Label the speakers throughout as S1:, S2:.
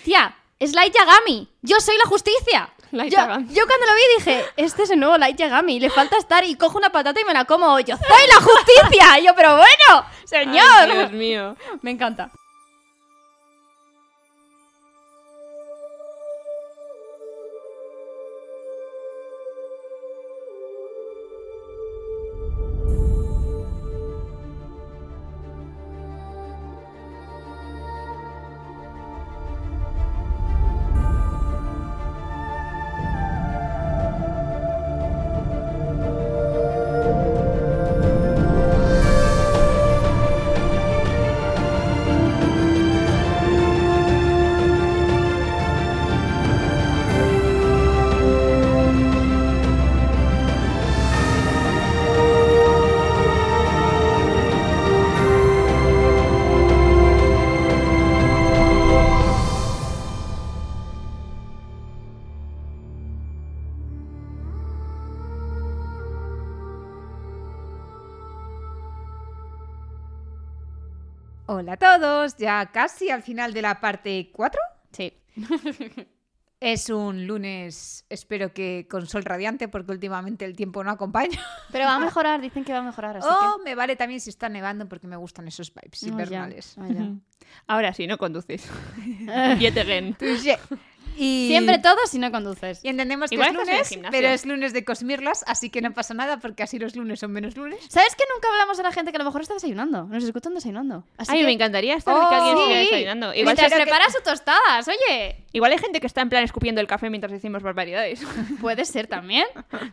S1: justicia. Es Light Yagami. Yo soy la justicia.
S2: Light
S1: yo,
S2: Yagami.
S1: yo cuando lo vi dije, este es el nuevo Light Yagami. Le falta estar y cojo una patata y me la como. Yo soy la justicia. Y yo, pero bueno, señor.
S2: Ay, Dios mío.
S1: Me encanta.
S3: Hola a todos, ya casi al final de la parte 4.
S1: Sí.
S3: Es un lunes, espero que con sol radiante, porque últimamente el tiempo no acompaña.
S1: Pero va a mejorar, dicen que va a mejorar, así
S3: O me vale también si está nevando, porque me gustan esos vibes
S1: que... No, ya, Ah.
S3: invernales.
S1: no, ya.
S2: Ahora sí, no conduces. Yet again.
S3: Touché. Y...
S1: Siempre todo si no conduces.
S3: y entendemos que
S2: Igual
S3: es
S2: estás en el
S3: lunes,
S2: gimnasio.
S3: pero es lunes de cosmirlas, así que no pasa nada, porque así los lunes son menos lunes.
S1: ¿Sabes que nunca hablamos a la gente que a lo mejor está desayunando? Nos escuchan desayunando. Así
S2: Ay,
S1: que...
S2: me encantaría estar
S3: Oh,
S2: que alguien estuviera
S1: Sí.
S2: desayunando. Igual,
S1: Mientras
S2: será que-
S1: prepara sus tostadas, oye.
S2: igual hay gente que está en plan escupiendo el café mientras decimos barbaridades.
S1: Puede ser también.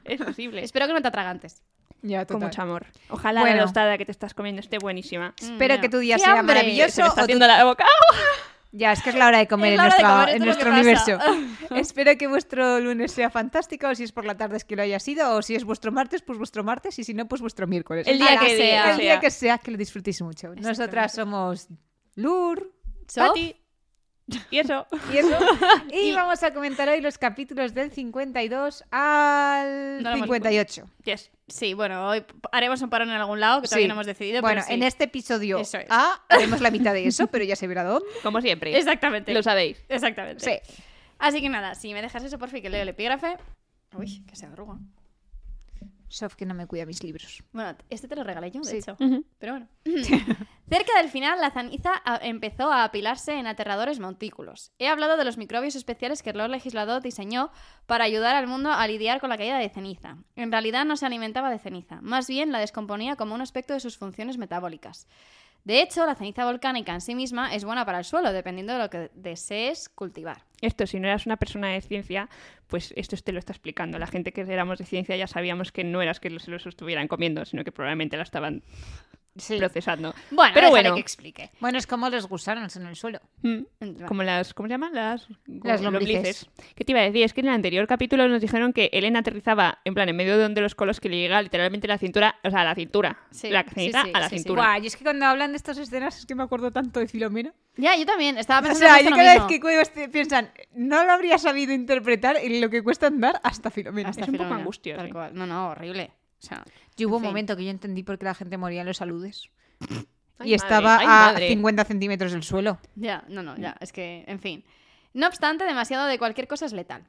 S2: es posible.
S1: Espero que no te atragantes.
S3: Ya,
S2: Con mucho amor. Ojalá
S3: Bueno.
S2: la tostada que te estás comiendo esté buenísima.
S3: Espero
S1: Mm,
S3: que tu día
S1: ¡Qué
S3: sea
S1: hambre!
S3: maravilloso.
S2: Se me está
S3: o tu-
S2: haciendo la boca.
S3: Ya, es que es la hora de
S1: Es
S3: comer en
S1: la hora de
S3: nuestro,
S1: comer, esto es
S3: en
S1: lo
S3: nuestro
S1: que
S3: universo.
S1: pasa.
S3: Espero que vuestro lunes sea fantástico, si es por la tarde es que lo haya sido, o si es vuestro martes, pues vuestro martes, y si no, pues vuestro miércoles.
S2: El día
S1: que
S2: que
S1: sea.
S2: sea.
S3: El día que sea, que lo disfrutéis mucho. Nosotras somos Lur.
S1: Sof,
S2: Pati. Y eso.
S3: Y, eso. y
S1: Y-
S3: vamos a comentar hoy los capítulos del 52 al
S1: No lo hemos
S3: 58.
S2: Yes.
S1: Sí, bueno, hoy p- haremos un parón en algún lado que
S3: Sí.
S1: todavía no hemos decidido.
S3: Bueno,
S1: pero sí.
S3: en este episodio
S1: Eso es.
S3: A haremos la mitad de eso, pero ya se verá dónde.
S2: Como siempre.
S1: Exactamente.
S2: Lo sabéis.
S1: Exactamente.
S3: Sí.
S1: Así que nada, si me dejas eso, por fin, que leo el epígrafe. Uy, que se arruga.
S3: Sof que no me cuida mis libros.
S1: Bueno, este te lo regalé yo, de
S3: Sí.
S1: hecho. Pero bueno. Cerca del final, la ceniza a- empezó a apilarse en aterradores montículos. He hablado de los microbios especiales que el Lord Legislador diseñó para ayudar al mundo a lidiar con la caída de ceniza. En realidad no se alimentaba de ceniza, más bien la descomponía como un aspecto de sus funciones metabólicas. De hecho, la ceniza volcánica en sí misma es buena para el suelo, dependiendo de lo que desees cultivar.
S2: Esto, si no eras una persona de ciencia, pues esto te lo está explicando. La gente que éramos de ciencia ya sabíamos que no eras que se los estuvieran comiendo, sino que probablemente la estaban procesando.
S1: Bueno,
S2: Pero
S1: déjale
S2: bueno.
S1: que explique.
S3: Bueno, es como los gusanos en el suelo.
S2: Mm.
S1: Vale.
S2: Como las, ¿cómo se llaman? Las,
S3: Las
S2: go-
S3: lombrices.
S2: ¿Qué te iba a decir? Es que en el anterior capítulo nos dijeron que Elena aterrizaba en plan en medio de donde los colos que le llega literalmente la cintura, o sea, a la cintura.
S1: Sí,
S2: la
S1: sí,
S2: ceniza
S1: sí,
S2: a la
S1: sí, sí.
S2: cintura.
S3: Guay, es que cuando hablan de estas escenas es que me acuerdo tanto de Filomena.
S1: Ya, yo también. Estaba
S3: O
S1: pensando
S3: sea,
S1: justo
S3: yo
S1: lo
S3: cada vez
S1: mismo.
S3: que cuido este- piensan, no lo habría sabido interpretar en lo que cuesta andar hasta Filomena.
S1: Hasta
S2: Es un poco
S1: Filomena,
S2: angustioso,
S1: tal
S2: sí.
S1: cual. No, no, horrible. O sea,
S3: Yo
S1: En
S3: hubo un
S1: fin.
S3: momento que yo entendí por qué la gente moría en los aludes.
S2: Ay,
S3: y
S2: madre,
S3: estaba
S2: ay,
S3: a
S2: madre.
S3: 50 centímetros del suelo.
S1: Ya, no, no, ya, es que, en fin. No obstante, demasiado de cualquier cosa es letal.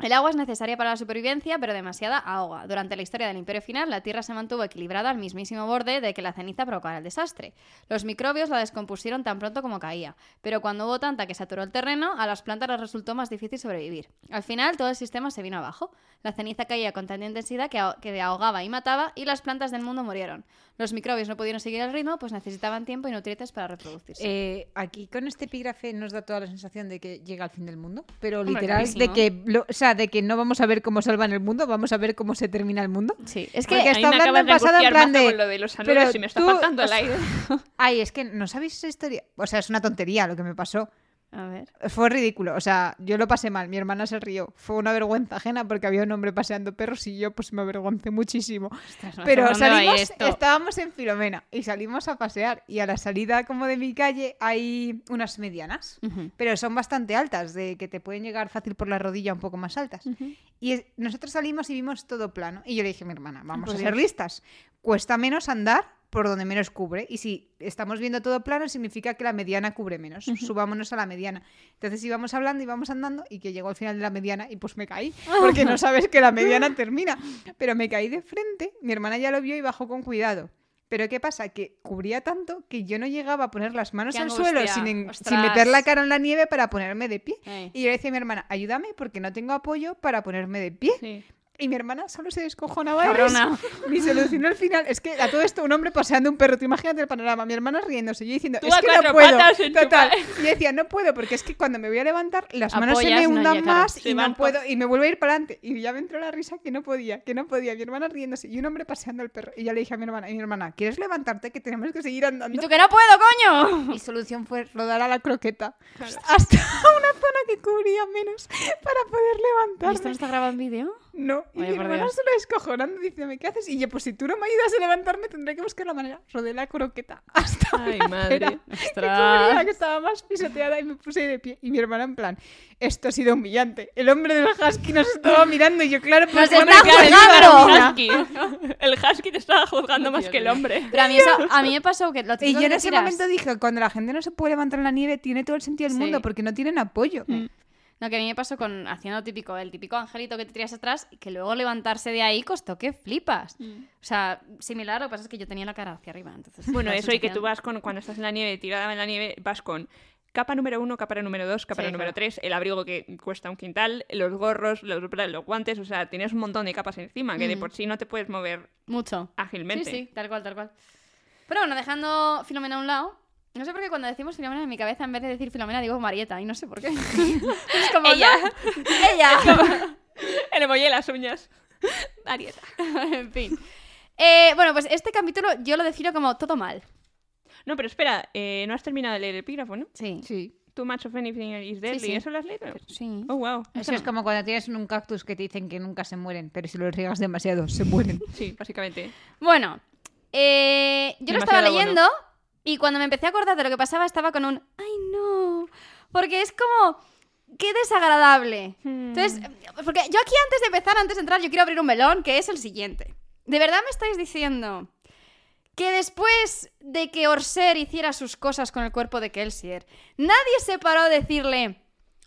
S1: El agua es necesaria para la supervivencia, pero demasiada ahoga. Durante la historia del Imperio Final, la Tierra se mantuvo equilibrada al mismísimo borde de que la ceniza provocara el desastre. Los microbios la descompusieron tan pronto como caía, pero cuando hubo tanta que saturó el terreno, a las plantas les resultó más difícil sobrevivir. Al final, todo el sistema se vino abajo. La ceniza caía con tanta intensidad que, aho- que ahogaba y mataba, y las plantas del mundo murieron. Los microbios no pudieron seguir el ritmo, pues necesitaban tiempo y nutrientes para reproducirse.
S3: Eh, aquí con este epígrafe nos da toda la sensación de que llega el fin del mundo, pero
S1: Hombre,
S3: literal de
S1: clarísimo.
S3: que, lo- o sea, de que no vamos a ver cómo salvan el mundo, vamos a ver cómo se termina el mundo.
S1: Sí, es
S3: Porque
S1: que
S2: A mí
S3: está
S2: me
S3: hablando
S2: acabas
S3: en
S2: de
S3: pasado en
S2: angustiar
S3: plan
S2: mazo
S3: de,
S2: con lo de los
S3: pero
S2: anules y me está
S3: tú-
S2: faltando
S3: o
S2: el
S3: sea,
S2: aire.
S3: Ay, es que no sabéis esta historia. O sea, es una tontería lo que me pasó.
S1: A ver.
S3: Fue ridículo, o sea, yo lo pasé mal, mi hermana se rió, fue una vergüenza ajena porque había un hombre paseando perros y yo pues me avergoncé muchísimo. Pero salimos, estábamos en Filomena y salimos a pasear y a la salida como de mi calle hay unas medianas, pero son bastante altas, de que te pueden llegar fácil por la rodilla un poco más altas. Y es-
S1: Pues
S3: nosotros salimos y vimos todo plano y yo le dije a mi hermana, vamos
S1: Por
S3: a ser listas, cuesta menos andar por donde menos cubre. Y si estamos viendo todo plano, significa que la mediana cubre menos. Subámonos a la mediana. Entonces íbamos hablando, íbamos andando y que llegó al final de la mediana y pues me caí, porque no sabes que la mediana termina. Pero me caí de frente, mi hermana ya lo vio y bajó con cuidado. Pero ¿qué pasa? Que cubría tanto que yo no llegaba a poner las manos
S1: Qué
S3: al
S1: angustia,
S3: suelo sin, en-
S1: ostras.
S3: sin meter la cara en la nieve para ponerme de pie.
S1: Ey.
S3: Y yo le decía a mi hermana, ayúdame porque no tengo apoyo para ponerme de pie.
S2: Sí.
S3: Y mi hermana solo se descojonaba. de
S1: Cabrona.
S3: eso. Mi solución al final es que a todo esto un hombre paseando un perro. Tú imagínate el panorama. Mi hermana riéndose. Yo diciendo,
S2: Tú
S3: es
S2: a
S3: que no
S2: cuatro
S3: puedo.
S2: patas en tu
S3: Total.
S2: madre.
S3: Y decía, no puedo porque es que cuando me voy a levantar las manos
S1: Apoyas,
S3: se me
S1: no
S3: hundan
S1: llegaron.
S3: más
S2: Se
S3: y
S2: van
S3: no puedo. Y me vuelvo a ir para adelante. Y ya me entró la risa que no podía, que no podía. Mi hermana riéndose y un hombre paseando el perro. Y ya le dije a mi hermana, y mi hermana, ¿quieres levantarte que tenemos que seguir
S1: Y
S3: andando?
S1: tú que no puedo, coño.
S3: Mi solución fue rodar a la croqueta hasta una zona que cubría menos para poder
S1: ¿Y ¿Esto
S3: levantarme.
S1: no está grabado en vídeo?
S3: No, y
S1: Vaya,
S3: mi
S1: por
S3: hermana
S1: Dios.
S3: se lo descojonando, diciéndome, ¿qué haces? Y yo, pues si tú no me ayudas a levantarme, tendré que buscar la manera. Rodé la croqueta hasta
S2: Ay,
S3: la acera
S2: madre.
S3: que cubría,
S2: Ostras.
S3: que estaba más pisoteada y me puse de pie. Y mi hermana en plan, esto ha sido humillante. El hombre del husky nos estaba mirando y yo, claro,
S1: Nos
S3: porque no
S1: está
S3: me quedaba
S1: juzgando.
S3: nada.
S2: Husky. El husky te estaba juzgando más que el hombre.
S1: Pero a mí, eso, a mí me pasó que lo
S3: Y
S1: típico
S3: yo en
S1: que
S3: ese
S1: tiras-
S3: momento dije, cuando la gente no se puede levantar en la nieve, tiene todo el sentido del
S1: Sí.
S3: mundo porque no tienen apoyo.
S1: No, que a mí me pasó con haciendo lo típico, el típico angelito que te tiras atrás, y que luego levantarse de ahí costó que flipas.
S3: Mm.
S1: O sea, similar, lo que pasa es que yo tenía la cara hacia arriba. Entonces,
S2: Bueno,
S1: la
S2: eso y que tú
S1: sensación-
S2: vas con, cuando estás en la nieve, tirada en la nieve, vas con capa número uno, capa número dos, capa
S1: Sí,
S2: número
S1: claro.
S2: tres, el abrigo que cuesta un quintal, los gorros, los, bra- los guantes, o sea, tienes un montón de capas encima que de por sí no te puedes mover
S1: Mucho. Sí,
S2: ágilmente.
S1: Mm. sí, tal cual, tal cual. Pero bueno, dejando Filomena a un lado, no sé por qué cuando decimos Filomena en mi cabeza, en vez de decir Filomena, digo Marieta, y no sé por qué. es como
S2: Ella.
S1: ya- ¡Ella!
S2: El emoji de las uñas. Arieta.
S1: en fin. Eh, bueno, pues este capítulo yo lo defino como todo mal.
S2: No, pero espera, eh, no has terminado de leer el párrafo, ¿no?
S1: Sí.
S3: Sí.
S2: Too much of anything is deadly.
S1: sí.
S2: ¿Eso lo has leído?
S1: Sí.
S2: Oh, wow.
S3: Eso es como cuando tienes un cactus que te dicen que nunca se mueren, pero si los riegas demasiado, se mueren.
S2: Sí, básicamente.
S1: Bueno, eh, yo lo estaba
S2: Demasiado
S1: leyendo y cuando me empecé a acordar de lo que pasaba estaba con un ¡ay no! Porque es como ¡qué desagradable! Entonces, porque yo aquí antes de empezar, antes de entrar, yo quiero abrir un melón que es el siguiente. ¿De verdad me estáis diciendo que después de que Orser hiciera sus cosas con el cuerpo de Kelsier, nadie se paró a decirle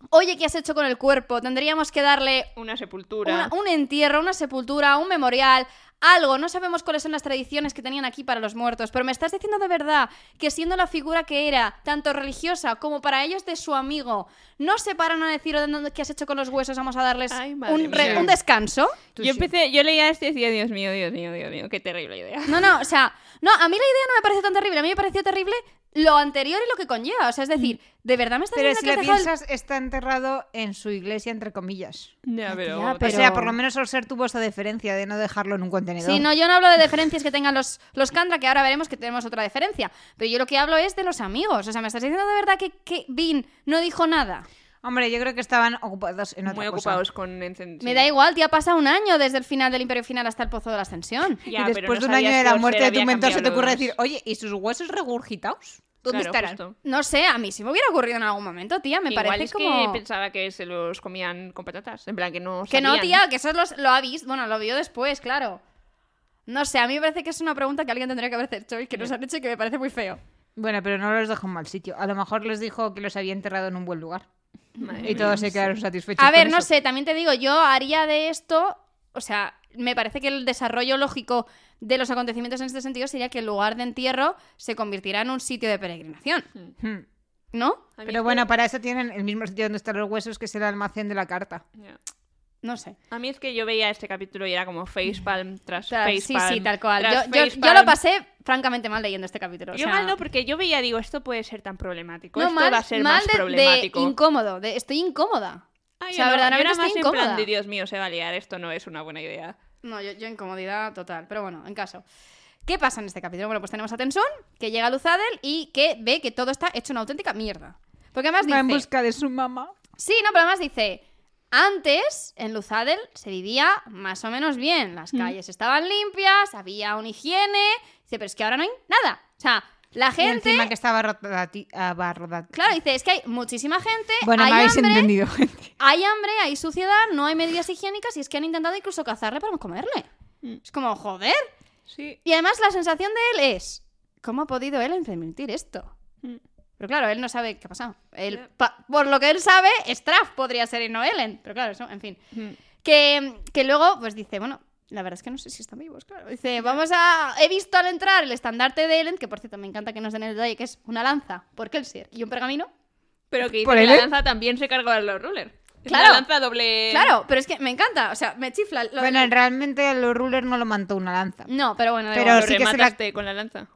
S1: Oye, ¿qué has hecho con el cuerpo? Tendríamos que darle
S2: Una sepultura.
S1: una- un entierro, una sepultura, un memorial, algo. No sabemos cuáles son las tradiciones que tenían aquí para los muertos, pero me estás diciendo de verdad que siendo la figura que era, tanto religiosa como para ellos de su amigo, no se paran a decir "Oh, no, qué has hecho con los huesos, vamos a darles
S2: Ay, madre
S1: un, re-
S3: mía.
S1: un descanso.
S2: Yo empecé, yo leía este y decía, Dios mío, Dios mío, Dios mío, qué terrible idea.
S1: No, no, o sea, no, a mí la idea no me pareció tan terrible, a mí me pareció terrible lo anterior y lo que conlleva. O sea, es decir, ¿de verdad me estás
S3: Pero
S1: diciendo
S3: si
S1: que
S3: lo
S1: has dejado el-
S3: piensas, está enterrado en su iglesia, entre comillas.
S2: Ya, pero...
S1: tía,
S3: O sea,
S1: Pero-
S3: por lo menos Orser tuvo esa deferencia de no dejarlo en un contenedor.
S1: Sí, no, yo no hablo de deferencias que tengan los, los Kandra, que ahora veremos que tenemos otra deferencia. Pero yo lo que hablo es de los amigos. O sea, me estás diciendo de verdad que, que Vin no dijo nada.
S3: Hombre, yo creo que estaban ocupados en otra
S2: muy
S3: cosa.
S2: ocupados con encendido.
S1: Me da igual, tía, pasa un año desde el final del Imperio Final hasta el Pozo de la Ascensión.
S3: y después de un año de la muerte de tu mentor se te ocurre decir, oye, ¿y sus huesos regurgitados? ¿Dónde estarán?
S1: No sé, a mí sí me hubiera ocurrido en algún momento, tía. Me
S2: Igual
S1: parece
S2: es
S1: como.
S2: que pensaba que se los comían con patatas. En plan, que no
S1: Que no,
S2: sabían.
S1: tía, que eso los, lo ha visto. Bueno, lo vio después, claro. No sé, a mí me parece que es una pregunta que alguien tendría que haber hecho y que nos han hecho y que me parece muy feo.
S3: Bueno, pero no los dejó en mal sitio. A lo mejor les dijo que los había enterrado en un buen lugar.
S2: Madre
S3: y
S2: mía.
S3: todos se quedaron satisfechos.
S1: A
S3: con
S1: ver, no
S3: eso.
S1: sé, también te digo, yo haría de esto, o sea, me parece que el desarrollo lógico de los acontecimientos en este sentido sería que el lugar de entierro se convirtiera en un sitio de peregrinación,
S3: Hmm.
S1: ¿no?
S2: A mí es que-
S3: Pero bueno, para eso tienen el mismo sitio donde están los huesos, que es el almacén de la carta.
S2: Ya.
S1: No sé.
S2: A mí es que yo veía este capítulo y era como facepalm tras
S1: O sea,
S2: facepalm.
S1: sí, sí, tal cual.
S2: tras
S1: Yo, yo- yo
S2: facepalm.
S1: lo pasé francamente mal leyendo este capítulo. o
S2: Yo
S1: sea,
S2: mal no, porque yo veía, digo, esto puede ser tan problemático.
S1: no,
S2: esto va a ser
S1: mal
S2: más
S1: de- de
S2: problemático.
S1: incómodo, de- estoy incómoda.
S2: Ah,
S1: o
S2: yo
S1: sea,
S2: no, yo
S1: verdaderamente
S2: era más
S1: estoy
S2: en plan
S1: incómoda.
S2: de, Dios mío, se va a liar, esto no es una buena idea.
S1: No, yo, yo incomodidad total, pero bueno, en caso. ¿Qué pasa en este capítulo? Bueno, pues tenemos a Tensón, que llega a Luzadel y que ve que todo está hecho una auténtica mierda. Porque además
S3: Va en
S1: dice...
S3: busca de su mamá.
S1: Sí, no, pero además dice, antes en Luzadel se vivía más o menos bien,
S3: Mm.
S1: las calles estaban limpias, había una higiene, dice, pero es que ahora no hay nada. O sea, la
S3: Y
S1: gente...
S3: encima que estaba abarrotati- abarrotati-
S1: Claro, dice, es que hay muchísima gente,
S3: Bueno,
S1: hay,
S3: me habéis
S1: hambre,
S3: entendido, gente.
S1: hay hambre, hay
S3: Mm.
S1: suciedad, no hay medidas higiénicas y es que han intentado incluso cazarle para comerle. Es como, joder.
S2: Sí.
S1: Y además la sensación de él es, ¿cómo ha podido él permitir esto?
S2: Mm.
S1: Pero claro, él no sabe qué ha pasado. Él,
S2: Ya.
S1: pa- por lo que él sabe, Straff podría ser y no Ellen. Pero claro, eso, en fin.
S2: Mm.
S1: Que, que luego, pues dice, bueno, la verdad es que no sé si están vivos, claro. Dice, vamos a... He visto al entrar el estandarte de Ellen, que por cierto me encanta que nos den el detalle, que es una lanza por Kelsier y un pergamino.
S2: Pero que dice
S3: ¿Por
S2: que la
S3: él?
S2: lanza también se carga los rulers. Es
S1: Claro.
S2: una lanza doble.
S1: Claro, pero es que me encanta, o sea, me chifla. lo-
S3: Eh. Bueno, realmente a los rulers no lo mató una lanza.
S1: No, pero bueno, da
S2: Lo
S3: Pero
S1: igual.
S3: sí que se la-
S2: remataste con la lanza.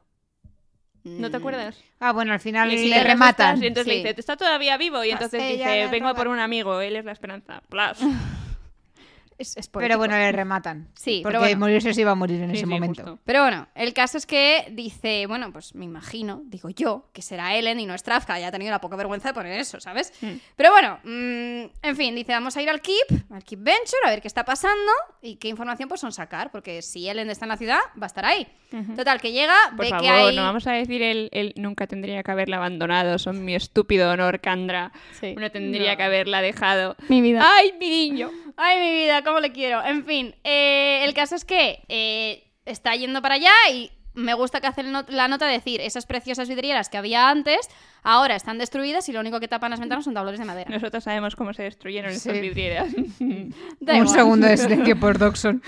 S2: ¿No te
S1: Mm.
S2: acuerdas?
S3: Ah, bueno, al final
S2: si
S3: le,
S2: le
S3: rematan.
S2: resueltas, Y entonces
S1: Sí.
S2: le dice, está todavía vivo. Y entonces
S3: Castellana
S2: dice, vengo a por
S3: romana.
S2: un amigo, él es la esperanza. Plas.
S1: Es- es
S3: Pero
S1: poético.
S3: bueno, le rematan.
S1: Sí,
S3: porque
S1: pero bueno.
S3: morirse se iba a morir en
S2: Sí,
S3: ese
S2: sí,
S3: momento.
S2: justo.
S1: Pero bueno, el caso es que dice, bueno, pues me imagino, digo yo, que será Ellen y no Straff, que haya tenido la poca vergüenza de poner eso, ¿sabes?
S2: Mm.
S1: Pero bueno, mm, en fin, dice, vamos a ir al Keep, al Keep Venture, a ver qué está pasando y qué información pues son sacar, porque si Ellen está en la ciudad, va a estar ahí. Total, que llega,
S2: Mm. Por
S1: ve
S2: favor,
S1: que hay...
S2: no vamos a decir el, el nunca tendría que haberla abandonado, son mi estúpido honor, Candra.
S1: Sí.
S2: No tendría
S1: No.
S2: que haberla dejado.
S1: Mi vida.
S2: ¡Ay, mi niño!
S1: Ay, mi vida, cómo le quiero. En fin, eh, el caso es que eh, está yendo para allá y me gusta que hace el not- la nota de decir, esas preciosas vidrieras que había antes, ahora están destruidas y lo único que tapan las ventanas son tablones de madera.
S2: Nosotros sabemos cómo se destruyeron esas
S3: Sí.
S2: vidrieras.
S1: Da
S3: Un
S1: igual.
S3: segundo de silencio por Doxon.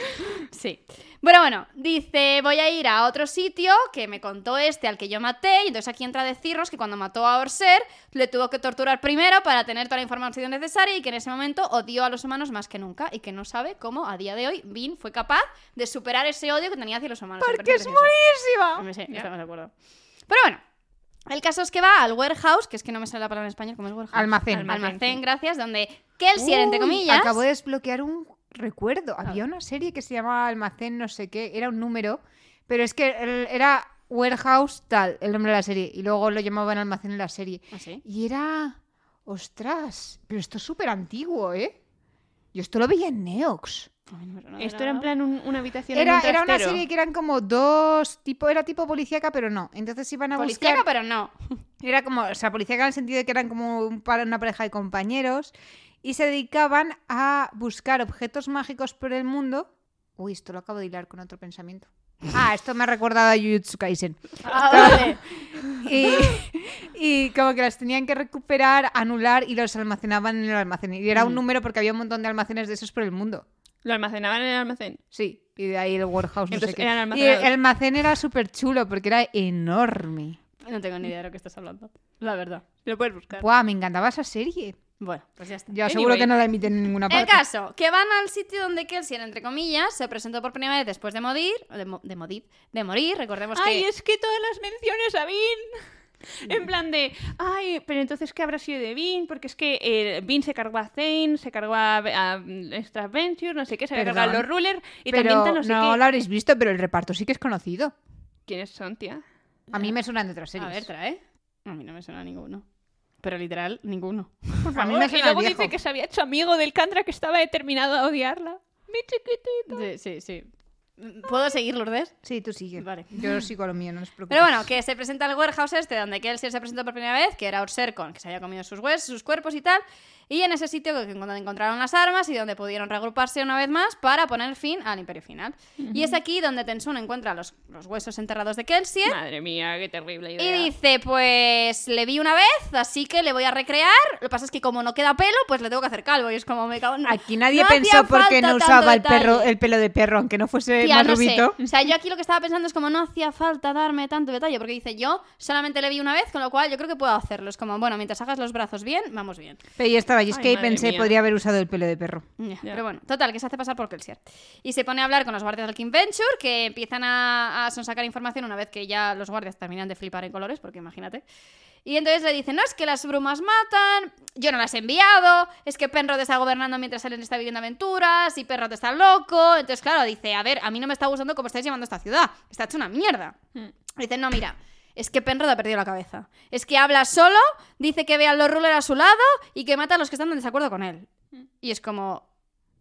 S1: Sí. Bueno, bueno, dice, voy a ir a otro sitio que me contó este al que yo maté, y entonces aquí entra a decirnos que cuando mató a Orser, le tuvo que torturar primero para tener toda la información necesaria y que en ese momento odió a los humanos más que nunca y que no sabe cómo a día de hoy Vin fue capaz de superar ese odio que tenía hacia los humanos. Me
S3: Porque
S1: parece
S3: es
S1: precioso.
S3: buenísima.
S1: No sé, estamos de acuerdo. Pero bueno, el caso es que va al warehouse, que es que no me sale la palabra en español, ¿cómo es warehouse?
S3: Almacén.
S1: Almacén,
S2: Almacén, sí.
S1: gracias, donde Kelsey, era, entre
S3: Uy,
S1: comillas...
S3: Acabo de desbloquear un recuerdo. Había una serie que se llamaba Almacén, no sé qué, era un número, pero es que el- era Warehouse tal, el nombre de la serie, y luego lo llamaban Almacén en la serie.
S1: ¿Ah, sí?
S3: Y era. ¡Ostras! Pero esto es súper antiguo, ¿eh? Yo esto lo veía en Neox.
S1: Ay, no me suena de
S2: Esto era en
S1: nada.
S2: plan un- una habitación en
S3: Era,
S2: un
S3: era una
S2: trastero.
S3: serie que eran como dos, tipo, era tipo policíaca, pero no. Entonces iban a buscar.
S1: Policíaca, pero no.
S3: Era como, o sea, policía en el sentido de que eran como un par- una pareja de compañeros y se dedicaban a buscar objetos mágicos por el mundo. Uy, esto lo acabo de hilar con otro pensamiento. Ah, esto me ha recordado a Jujutsu Kaisen.
S1: Ah, vale.
S3: Y, y como que las tenían que recuperar, anular y los almacenaban en el almacén. Y era un
S2: Mm.
S3: número porque había un montón de almacenes de esos por el mundo.
S2: Lo almacenaban en el almacén.
S3: Sí, y de ahí el warehouse, no
S2: Entonces
S3: sé qué.
S2: eran
S3: y el
S2: almacenados.
S3: almacén era súper chulo porque era enorme.
S1: No tengo ni idea de lo que estás hablando. La verdad.
S2: Lo puedes buscar.
S3: Buah, me encantaba esa serie.
S1: Bueno, pues ya está.
S3: Yo aseguro
S2: Anyway.
S3: que no la emiten en ninguna parte.
S1: El caso, que van al sitio donde Kelsey, entre comillas, se presentó por primera vez después de morir, de, mo- de morir, de morir, recordemos
S3: Pues
S2: Ay,
S1: que...
S2: es que todas las menciones a Vin.
S3: Mm.
S2: En plan de, ay, pero entonces ¿qué habrá sido de Vin? Porque es que eh, Vin se cargó a Zane, se cargó a, a Extra Adventure, no sé qué, se había cargado a los
S3: Perdón.
S2: Ruler y
S3: pero
S2: también tan no
S3: no,
S2: sé qué.
S3: lo habréis visto, pero el reparto sí que es conocido.
S2: ¿Quiénes son, tía?
S3: A mí me suenan de otras
S1: A
S3: series.
S1: ver, trae. A mí no me suena ninguno. Pero literal, ninguno.
S2: Por
S3: A mí
S2: favor.
S3: me
S2: y
S3: suena
S2: luego
S3: viejo.
S2: dice que se había hecho amigo del Candra que estaba determinado a odiarla. Mi chiquitito.
S1: Sí, sí, sí. ¿Puedo seguir, Lourdes?
S3: Sí, tú sigue.
S1: Vale.
S3: Yo sigo a lo mío, no os preocupéis.
S1: Pero bueno, que se presenta al warehouse este donde Kelsier se presentó por primera vez, que era Orsercon, que se había comido sus huesos, sus cuerpos y tal. Y en ese sitio que donde encontraron las armas y donde pudieron regruparse una vez más para poner fin al Imperio Final. Y es aquí donde Tensun encuentra los, los huesos enterrados de Kelsier
S2: ¿Eh? Madre mía, qué terrible
S1: y
S2: idea.
S1: dice, pues le vi una vez, así que le voy a recrear. Lo que pasa es que como no queda pelo, pues le tengo que hacer calvo. Y es como me cago en...
S3: Aquí nadie
S1: No
S3: pensó
S1: hacía
S3: por
S1: falta
S3: qué no
S1: tanto
S3: usaba el,
S1: detalle.
S3: perro, el pelo de perro, aunque no fuese
S1: Tía,
S3: más
S1: no sé.
S3: rubito.
S1: O sea, yo aquí lo que estaba pensando es como no hacía falta darme tanto detalle, porque dice yo solamente le vi una vez, con lo cual yo creo que puedo hacerlo. Es como, bueno, mientras hagas los brazos bien, vamos bien.
S3: Pero yo estaba, y es
S2: Ay,
S3: que
S2: madre
S3: pensé,
S2: mía.
S3: podría haber usado el pelo de perro.
S1: Ya,
S2: Ya.
S1: Pero bueno, total, que se hace pasar por Kelsier. Y se pone a hablar con los guardias del King Venture, que empiezan a, a sonsacar información una vez que ya los guardias terminan de flipar en colores, porque imagínate. Y entonces le dicen, no, es que las brumas matan, yo no las he enviado, es que Penrod está gobernando mientras Ellen está viviendo aventuras y Penrod está loco. Entonces, claro, dice, a ver, a mí no me está gustando cómo estáis llevando esta ciudad, está hecha una mierda.
S2: Mm.
S1: Dice, no, mira, es que Penrod ha perdido la cabeza. Es que habla solo, dice que ve a los rulers a su lado
S2: Mm.
S1: y que mata a los que están en desacuerdo con él. Y es como,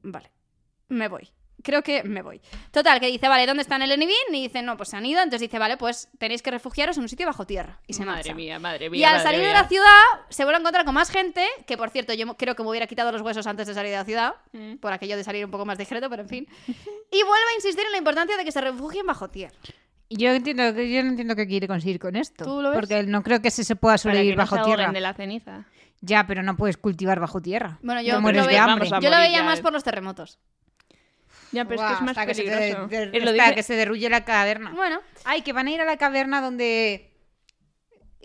S1: vale, me voy. creo que me voy. Total, que dice, vale, ¿dónde están Ellen y Bean? Y dice, no, pues se han ido. Entonces dice, vale, pues tenéis que refugiaros en un sitio bajo tierra. Y se
S2: madre
S1: marcha.
S2: mía, madre mía.
S1: Y al
S2: madre
S1: salir de
S2: mía.
S1: la ciudad se vuelve a encontrar con más gente, que por cierto yo creo que me hubiera quitado los huesos antes de salir de la ciudad,
S2: Mm.
S1: por aquello de salir un poco más discreto, pero en fin. Y vuelve a insistir en la importancia de que se refugien bajo tierra.
S3: Yo, entiendo, que- yo no entiendo qué quiere conseguir con esto.
S1: ¿Tú lo ves?
S3: Porque no creo que se, se pueda
S2: Para que
S3: sobrevivir
S2: no se
S3: bajo
S2: ahoguen
S3: tierra.
S2: de la ceniza.
S3: Ya, pero no puedes cultivar bajo tierra.
S1: Bueno,
S3: Te
S1: yo,
S3: mueres
S1: lo,
S3: de
S1: ve-
S3: hambre.
S2: vamos a
S1: yo lo
S2: morir
S1: veía
S2: ya,
S1: más
S2: eh.
S1: por los terremotos.
S2: Ya, pero es
S3: Buah,
S2: que es más
S3: hasta que se te
S2: peligroso.
S3: de- de-
S2: Eh, lo
S3: hasta
S2: dice-
S3: que se derruye la
S2: Ah.
S3: caverna.
S1: Bueno,
S3: Ay, que van a ir a la caverna donde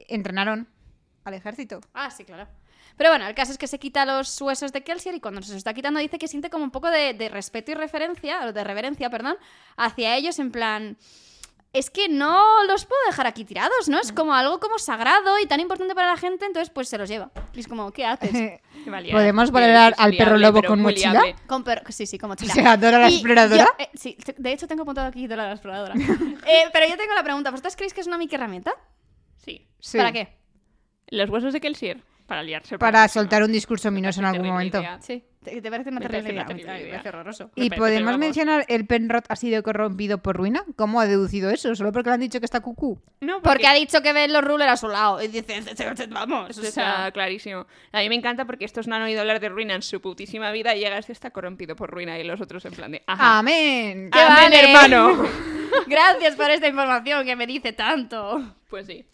S3: entrenaron al ejército.
S1: ah, sí, claro. Pero bueno, el caso es que se quita los huesos de Kelsier y cuando se los está quitando dice que siente como un poco de, de respeto y referencia, o de reverencia, perdón, hacia ellos en plan... Es que no los puedo dejar aquí tirados, ¿no? Es
S2: Ah.
S1: como algo como sagrado y tan importante para la gente, entonces pues se los lleva. Y es como, ¿qué haces?
S2: Qué valiente,
S3: ¿Podemos
S2: qué
S3: valorar al
S2: liable,
S3: perro lobo
S2: pero
S3: con
S2: muy
S3: mochila?
S2: liable.
S1: Con per- Sí, sí, como
S3: O
S1: chica.
S3: sea, Dora la
S1: Y
S3: exploradora.
S1: yo- eh, sí, te- de hecho tengo apuntado aquí Dora la exploradora. Eh, pero yo tengo la pregunta, ¿vosotras creéis que es una mica herramienta?
S2: Sí.
S3: Sí.
S1: ¿Para qué?
S2: Los huesos de Kelsier. Para liarse.
S3: Para
S2: muchísimo.
S3: soltar un discurso minoso en algún
S2: Terrible
S3: momento.
S2: idea.
S1: Sí. ¿Te, te parece una
S2: Me
S1: terrible
S2: parece
S1: idea?
S2: una terrible
S1: Me
S2: idea.
S1: parece horroroso.
S3: ¿Y
S2: Repe-
S3: podemos
S2: repetirlo, vamos.
S3: mencionar el Penrod ha sido corrompido por ruina? ¿Cómo ha deducido eso? ¿Solo porque le han dicho que está cucú?
S2: No,
S1: Porque ha dicho que ven los rulers a su lado y dice, "Ce- ce- ce- vamos.
S2: Eso
S1: o
S2: está
S1: sea,
S2: clarísimo. A mí me encanta porque estos no han oído hablar de ruina en su putísima vida y llega este está corrompido por ruina y los otros en plan de... Ajá.
S3: ¡Amén!
S1: Ah.
S2: Amén,
S1: vale!
S2: hermano.
S1: Gracias por esta información que me dice tanto.
S2: pues sí.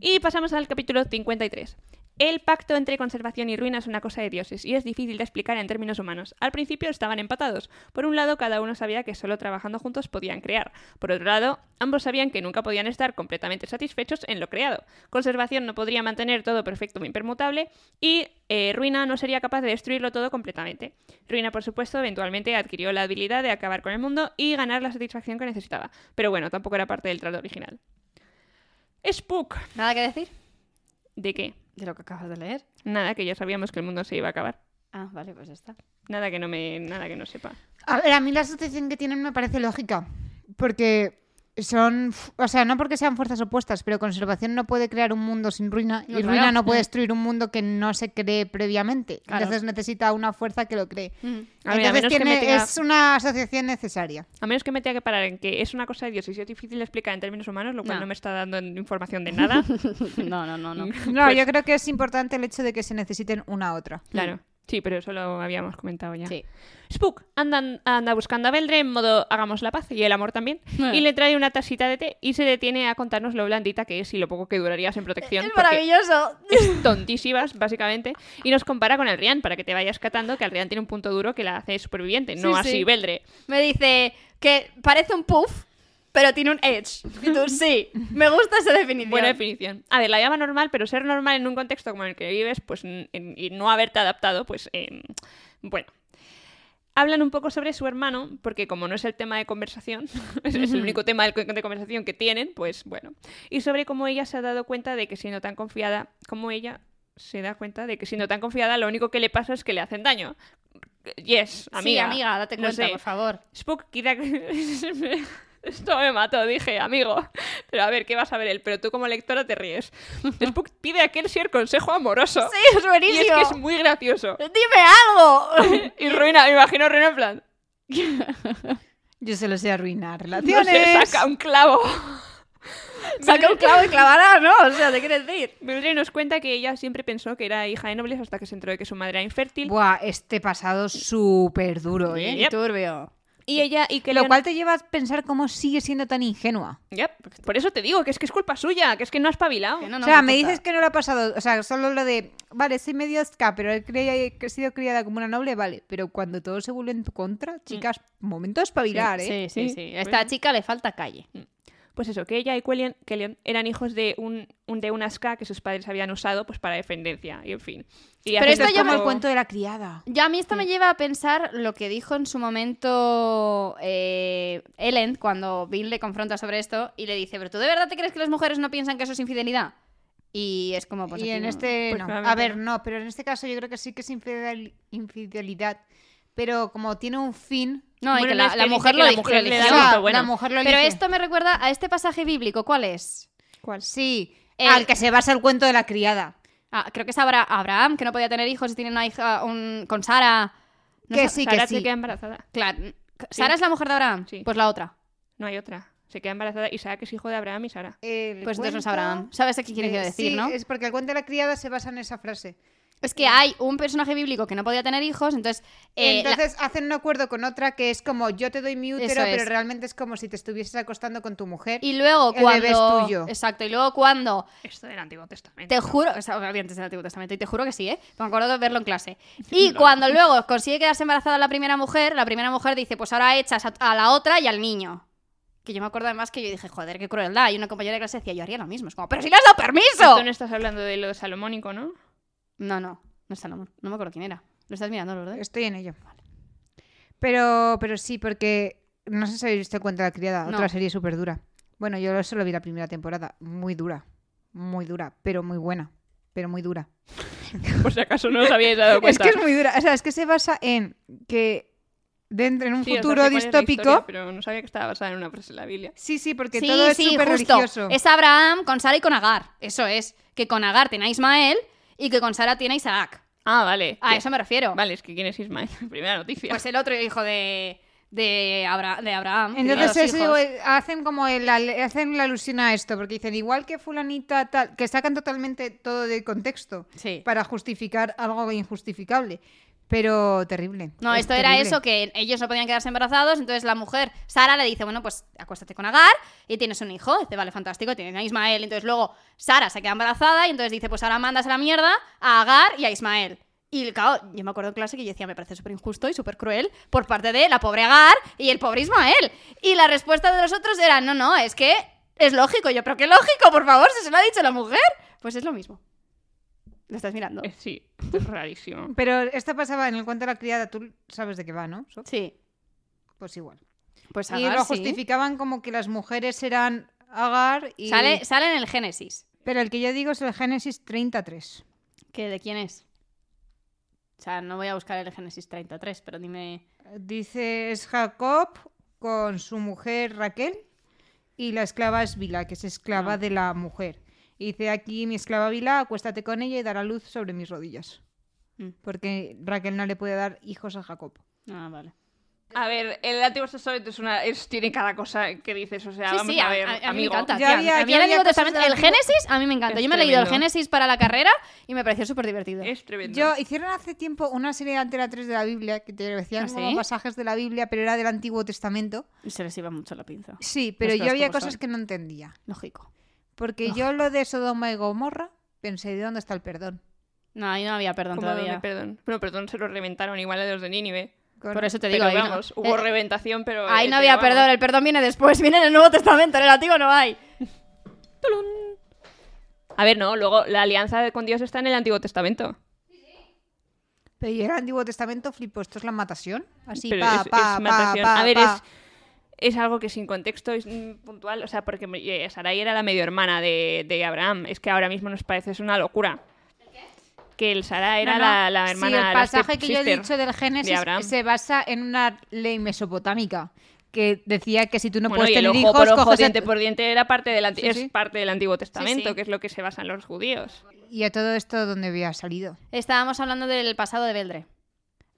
S2: Y pasamos al capítulo 53. El pacto entre conservación y ruina es una cosa de dioses y es difícil de explicar en términos humanos. Al principio estaban empatados. Por un lado, cada uno sabía que solo trabajando juntos podían crear. Por otro lado, ambos sabían que nunca podían estar completamente satisfechos en lo creado. Conservación no podría mantener todo perfecto e impermutable y eh, Ruina no sería capaz de destruirlo todo completamente. Ruina, por supuesto, eventualmente adquirió la habilidad de acabar con el mundo y ganar la satisfacción que necesitaba. Pero bueno, tampoco era parte del trato original. Spook.
S1: ¿Nada que decir?
S2: ¿De qué?
S1: De lo que acabas de leer.
S2: Nada, que ya sabíamos que el mundo se iba a acabar.
S1: Ah, vale, pues ya está.
S2: Nada que no me, nada que no sepa.
S3: A ver, a mí la asociación que tienen me parece lógica. Porque son. O sea, no porque sean fuerzas opuestas, pero conservación no puede crear un mundo sin ruina y
S1: No, claro.
S3: ruina no Mm. puede destruir un mundo que no se cree previamente.
S1: Claro.
S3: Entonces necesita una fuerza que lo cree.
S1: Mm.
S2: A ver, a
S3: Entonces
S2: menos que
S3: tiene-
S2: me tenga-
S3: es una asociación necesaria.
S2: A menos que me tenga que parar en que es una cosa de Dios y si es difícil de explicar en términos humanos, lo cual
S1: No.
S2: no, me está dando información de nada.
S1: No, no, no, no.
S3: No, yo creo que es importante el hecho de que se necesiten una a otra.
S2: Claro. Sí, pero eso lo habíamos comentado ya.
S1: Sí.
S2: Spook andan, anda buscando a Beldre en modo hagamos la paz y el amor también.
S1: Ah.
S2: Y le trae una tasita de té y se detiene a contarnos lo blandita que es y lo poco que durarías en protección.
S1: Es
S2: porque-
S1: maravilloso.
S2: es tontísimas, básicamente, y nos compara con el Rian para que te vayas catando que el Rian tiene un punto duro que la hace superviviente, no
S1: Sí, sí.
S2: así Beldre.
S1: Me dice que parece un puff, pero tiene un edge. Y tú, sí, me gusta esa definición.
S2: Buena definición. A ver, la llama normal, pero ser normal en un contexto como el que vives pues, n- en- y no haberte adaptado, pues em, bueno. Hablan un poco sobre su hermano, porque como no es el tema de conversación, es es el único tema del co- de conversación que tienen, pues bueno. Y sobre cómo ella se ha dado cuenta de que siendo tan confiada, como ella se da cuenta de que siendo tan confiada, lo único que le pasa es que le hacen daño. Yes,
S1: Sí,
S2: amiga.
S1: amiga, date
S2: No
S1: cuenta,
S2: sé.
S1: por favor.
S2: Spook quizá que- Esto me mató, dije, amigo. Pero a ver, ¿qué vas a ver él? Pero tú como lectora te ríes. Spook pide a Kelsier consejo amoroso.
S1: Sí, Oh. es
S2: y
S1: buenísimo.
S2: es que es muy gracioso.
S1: Dime algo.
S2: Y Ruina, me imagino Ruina en plan.
S3: Yo se los sé arruinar.
S2: No
S3: Relaciones.
S2: sé, saca un clavo.
S1: Saca un clavo y clavará, ¿no? O sea, ¿te quiere decir?
S2: Beldre nos cuenta que ella siempre pensó que era hija de nobles hasta que se enteró de que su madre era infértil.
S3: Buah, este pasado súper duro, ¿eh?
S2: Yep.
S1: Turbio.
S2: Y ella, y que
S3: Lo
S2: Leon-
S3: cual te lleva a pensar cómo sigue siendo tan ingenua.
S2: Yep. Por eso te digo, que es que es culpa suya, que es que no has espabilado.
S1: Que no,
S3: o
S1: no,
S3: sea,
S1: que
S3: me
S1: toca.
S3: dices que no lo ha pasado. O sea, solo lo de. Vale, soy medio ska, pero he, cre- he sido criada como una noble, vale. Pero cuando todo se vuelve en tu contra, chicas, momento de espabilar, ¿eh?
S1: Sí, sí,
S2: Sí,
S1: sí. A
S2: bueno.
S1: esta chica le falta calle.
S2: Pues eso, que ella y Quellian, Kellyan eran hijos de un, un de una ska que sus padres habían usado pues para defendencia, y en fin. Y
S1: Pero
S2: hacen
S1: esto
S3: Esto es
S1: ya
S3: como
S1: me-
S3: el cuento de la criada.
S1: Ya a mí esto me lleva a pensar lo que dijo en su momento eh, Ellen cuando Bill le confronta sobre esto y le dice, pero tú de verdad te crees que las mujeres no piensan que eso es infidelidad? Y es como... Pues,
S3: y
S1: aquí
S3: en
S1: no.
S3: este.
S2: Pues
S3: no.
S2: claramente
S3: A ver,
S2: no.
S3: no, pero en este caso yo creo que sí que es infidel- infidelidad. Pero como tiene un fin.
S1: No, y
S2: Bueno,
S1: que
S2: no,
S1: la,
S2: es que
S1: la
S2: dice
S1: mujer
S2: que
S1: lo
S2: la
S1: eligió.
S2: mujer le
S1: eligió.
S2: da
S3: o sea,
S2: gusto, bueno.
S3: la mujer lo
S1: Pero
S3: elige.
S1: esto me recuerda a este pasaje bíblico. ¿Cuál es?
S2: ¿Cuál?
S3: Sí,
S1: El-
S3: al que se basa el cuento de la criada.
S1: Ah, creo que es Abra- Abraham, que no podía tener hijos y tiene una hija un- con Sara. No
S3: que
S1: sé-
S3: sí,
S2: Sara
S3: que sí.
S2: se queda embarazada.
S1: Claro, ¿Sara es la mujer de Abraham?
S2: Sí.
S1: Pues la otra.
S2: No hay otra. Se queda embarazada Isaac es hijo de Abraham y Sara.
S3: El
S1: Pues entonces no es
S3: Eh, cuento-
S1: Abraham. ¿Sabes qué quiere
S3: Eh,
S1: decir,
S3: sí,
S1: no?
S3: Es porque el cuento de la criada se basa en esa frase.
S1: Es que hay un personaje bíblico que no podía tener hijos, entonces. eh, la-
S3: Entonces hacen un acuerdo con otra que es como yo te doy mi útero,
S1: Eso es.
S3: pero realmente es como si te estuvieses acostando con tu mujer.
S1: Y luego
S3: el bebé es
S1: cuando.
S3: tuyo.
S1: Exacto, y luego cuando.
S2: Esto del Antiguo Testamento.
S1: Te juro, o sea, obviamente es del Antiguo Testamento, y te juro que sí, ¿eh? Me acuerdo de verlo en clase. Y cuando luego consigue quedarse embarazada la primera mujer, la primera mujer dice, pues ahora echas a, a la otra y al niño. Que yo me acuerdo además que yo dije, joder, qué crueldad. Y una compañera de clase decía, yo haría lo mismo. Es como, pero si le has dado
S2: Esto no
S1: permiso.
S2: estás hablando de lo salomónico, ¿no?
S1: No, no, no está Salomón. No me acuerdo quién era. Lo estás mirando, ¿verdad?
S3: Estoy en ello. Pero, pero sí, porque no sé si habéis visto el cuento de la criada,
S1: No.
S3: otra serie súper dura. Bueno, yo solo vi la primera temporada, muy dura, muy dura, pero muy buena, pero muy dura.
S2: Por si acaso no os habíais dado
S3: Es
S2: cuenta.
S3: que es muy dura, o sea, es que se basa en que dentro en un
S2: Sí, o sea,
S3: futuro
S2: sé cuál es la
S3: distópico.
S2: historia, pero no sabía que estaba basada en una frase de la Biblia.
S3: Sí, sí, porque
S1: sí,
S3: todo es
S1: sí,
S3: súper
S1: justo.
S3: religioso.
S1: Es Abraham con Sara y con Agar. Eso es. Que con Agar tiene a Ismael y que con Sara tiene a Isaac.
S2: Ah, vale.
S1: A eso me refiero.
S2: Vale, es que ¿quién es Ismael? Primera noticia.
S1: Pues el otro hijo de, de, Abra- de Abraham. que tenía
S3: Entonces
S1: dos
S3: eso,
S1: hijos.
S3: eh, hacen como el- la, hacen la alusión a esto, porque dicen igual que fulanita tal, que sacan totalmente todo de contexto
S1: Sí.
S3: para justificar algo injustificable, pero terrible.
S1: No,
S3: es
S1: esto era
S3: terrible.
S1: eso, que ellos no podían quedarse embarazados, entonces la mujer, Sara, le dice, bueno, pues acuéstate con Agar y tienes un hijo. Dice, vale, fantástico, tienen a Ismael. Entonces luego Sara se queda embarazada y entonces dice, pues ahora mandas a la mierda a Agar y a Ismael. Y claro, yo me acuerdo en clase que yo decía, me parece súper injusto y súper cruel por parte de la pobre Agar y el pobre Ismael. Y la respuesta de los otros era, no, no, es que es lógico. Yo, pero qué lógico, por favor, si se lo ha dicho la mujer. Pues es lo mismo. Lo estás mirando.
S2: Eh, Sí, esto es rarísimo.
S3: Pero esto pasaba en el cuento de la criada, tú sabes de qué va, ¿no? So-
S1: Sí.
S3: Pues igual.
S1: Pues
S3: y
S1: Agar,
S3: lo
S1: sí.
S3: justificaban como que las mujeres eran Agar y...
S1: Sale, sale en el Génesis.
S3: Pero el que yo digo es el Génesis 33.
S1: ¿Que de quién es? O sea, no voy a buscar el Génesis 33, pero dime.
S3: Dice es Jacob con su mujer Raquel y la esclava es Bila, que es esclava
S1: No.
S3: de la mujer. Y dice aquí mi esclava Bila, acuéstate con ella y dará luz sobre mis rodillas.
S1: Mm.
S3: Porque Raquel no le puede dar hijos a Jacob.
S1: Ah, vale.
S2: A ver, el Antiguo Testamento es una, es- tiene cada cosa que dices, o sea,
S1: Sí,
S2: vamos
S1: sí,
S2: a ver,
S1: a, mí me
S2: amigo.
S1: encanta.
S3: Ya
S1: tía.
S3: había-
S1: a mí
S3: ya
S1: el
S3: había
S1: Antiguo
S3: cosas
S1: Testamento-
S3: del
S1: el
S3: Antiguo-
S1: Génesis a mí me encanta.
S2: Es
S1: Yo me he leído el
S2: tremendo.
S1: Génesis para la carrera y me pareció súper divertido.
S2: Es tremendo.
S3: Yo hicieron hace tiempo una serie de Antena 3 de la Biblia que te decían
S1: ¿Ah,
S3: como
S1: sí?
S3: pasajes de la Biblia, pero era del Antiguo Testamento.
S1: Se les iba mucho la pinza.
S3: Sí, pero
S1: cosas
S3: yo había
S1: como
S3: cosas
S1: son.
S3: que no entendía.
S1: Lógico. Ah.
S3: Porque yo lo de Sodoma y Gomorra pensé, ¿de dónde está el perdón?
S1: No, ahí no había perdón
S2: Como
S1: todavía.
S2: perdón. Bueno, perdón, se lo reventaron igual a los de Nínive.
S3: Con-
S1: Por eso te digo,
S2: Pero
S1: ahí no-
S2: vamos, hubo
S1: eh,
S2: reventación, pero...
S1: ahí
S2: eh,
S1: no
S2: pero
S1: había
S2: vamos.
S1: perdón, el perdón viene después, viene en el Nuevo Testamento, en el Antiguo no hay.
S2: A ver, no, luego la alianza con Dios está en el Antiguo Testamento.
S3: Pero yo en el Antiguo Testamento flipo, ¿esto es la matación? Así,
S2: pero
S3: pa,
S2: es,
S3: pa,
S2: es
S3: pa,
S2: matación.
S3: pa,
S2: a ver,
S3: pa.
S2: es, es algo que sin contexto es mm, puntual. O sea, porque eh, Sarai era la medio hermana de, de Abraham. Es que ahora mismo nos parece es una locura. Que el Sara era
S3: No, no.
S2: la, la
S3: Sí,
S2: hermana
S3: el
S2: la
S3: pasaje que yo he
S2: stepsister.
S3: dicho del Génesis
S2: Abraham.
S3: se basa en una ley mesopotámica que decía que si tú no
S2: Bueno,
S3: puedes
S2: y el
S3: tener
S2: ojo
S3: hijos,
S2: por ojo,
S3: coges a-
S2: diente por diente era parte del anti-
S3: Sí, sí.
S2: es parte del Antiguo Testamento,
S1: sí.
S2: que es lo que se basan los judíos.
S3: y a todo esto donde había salido.
S1: Estábamos hablando del pasado de Beldre.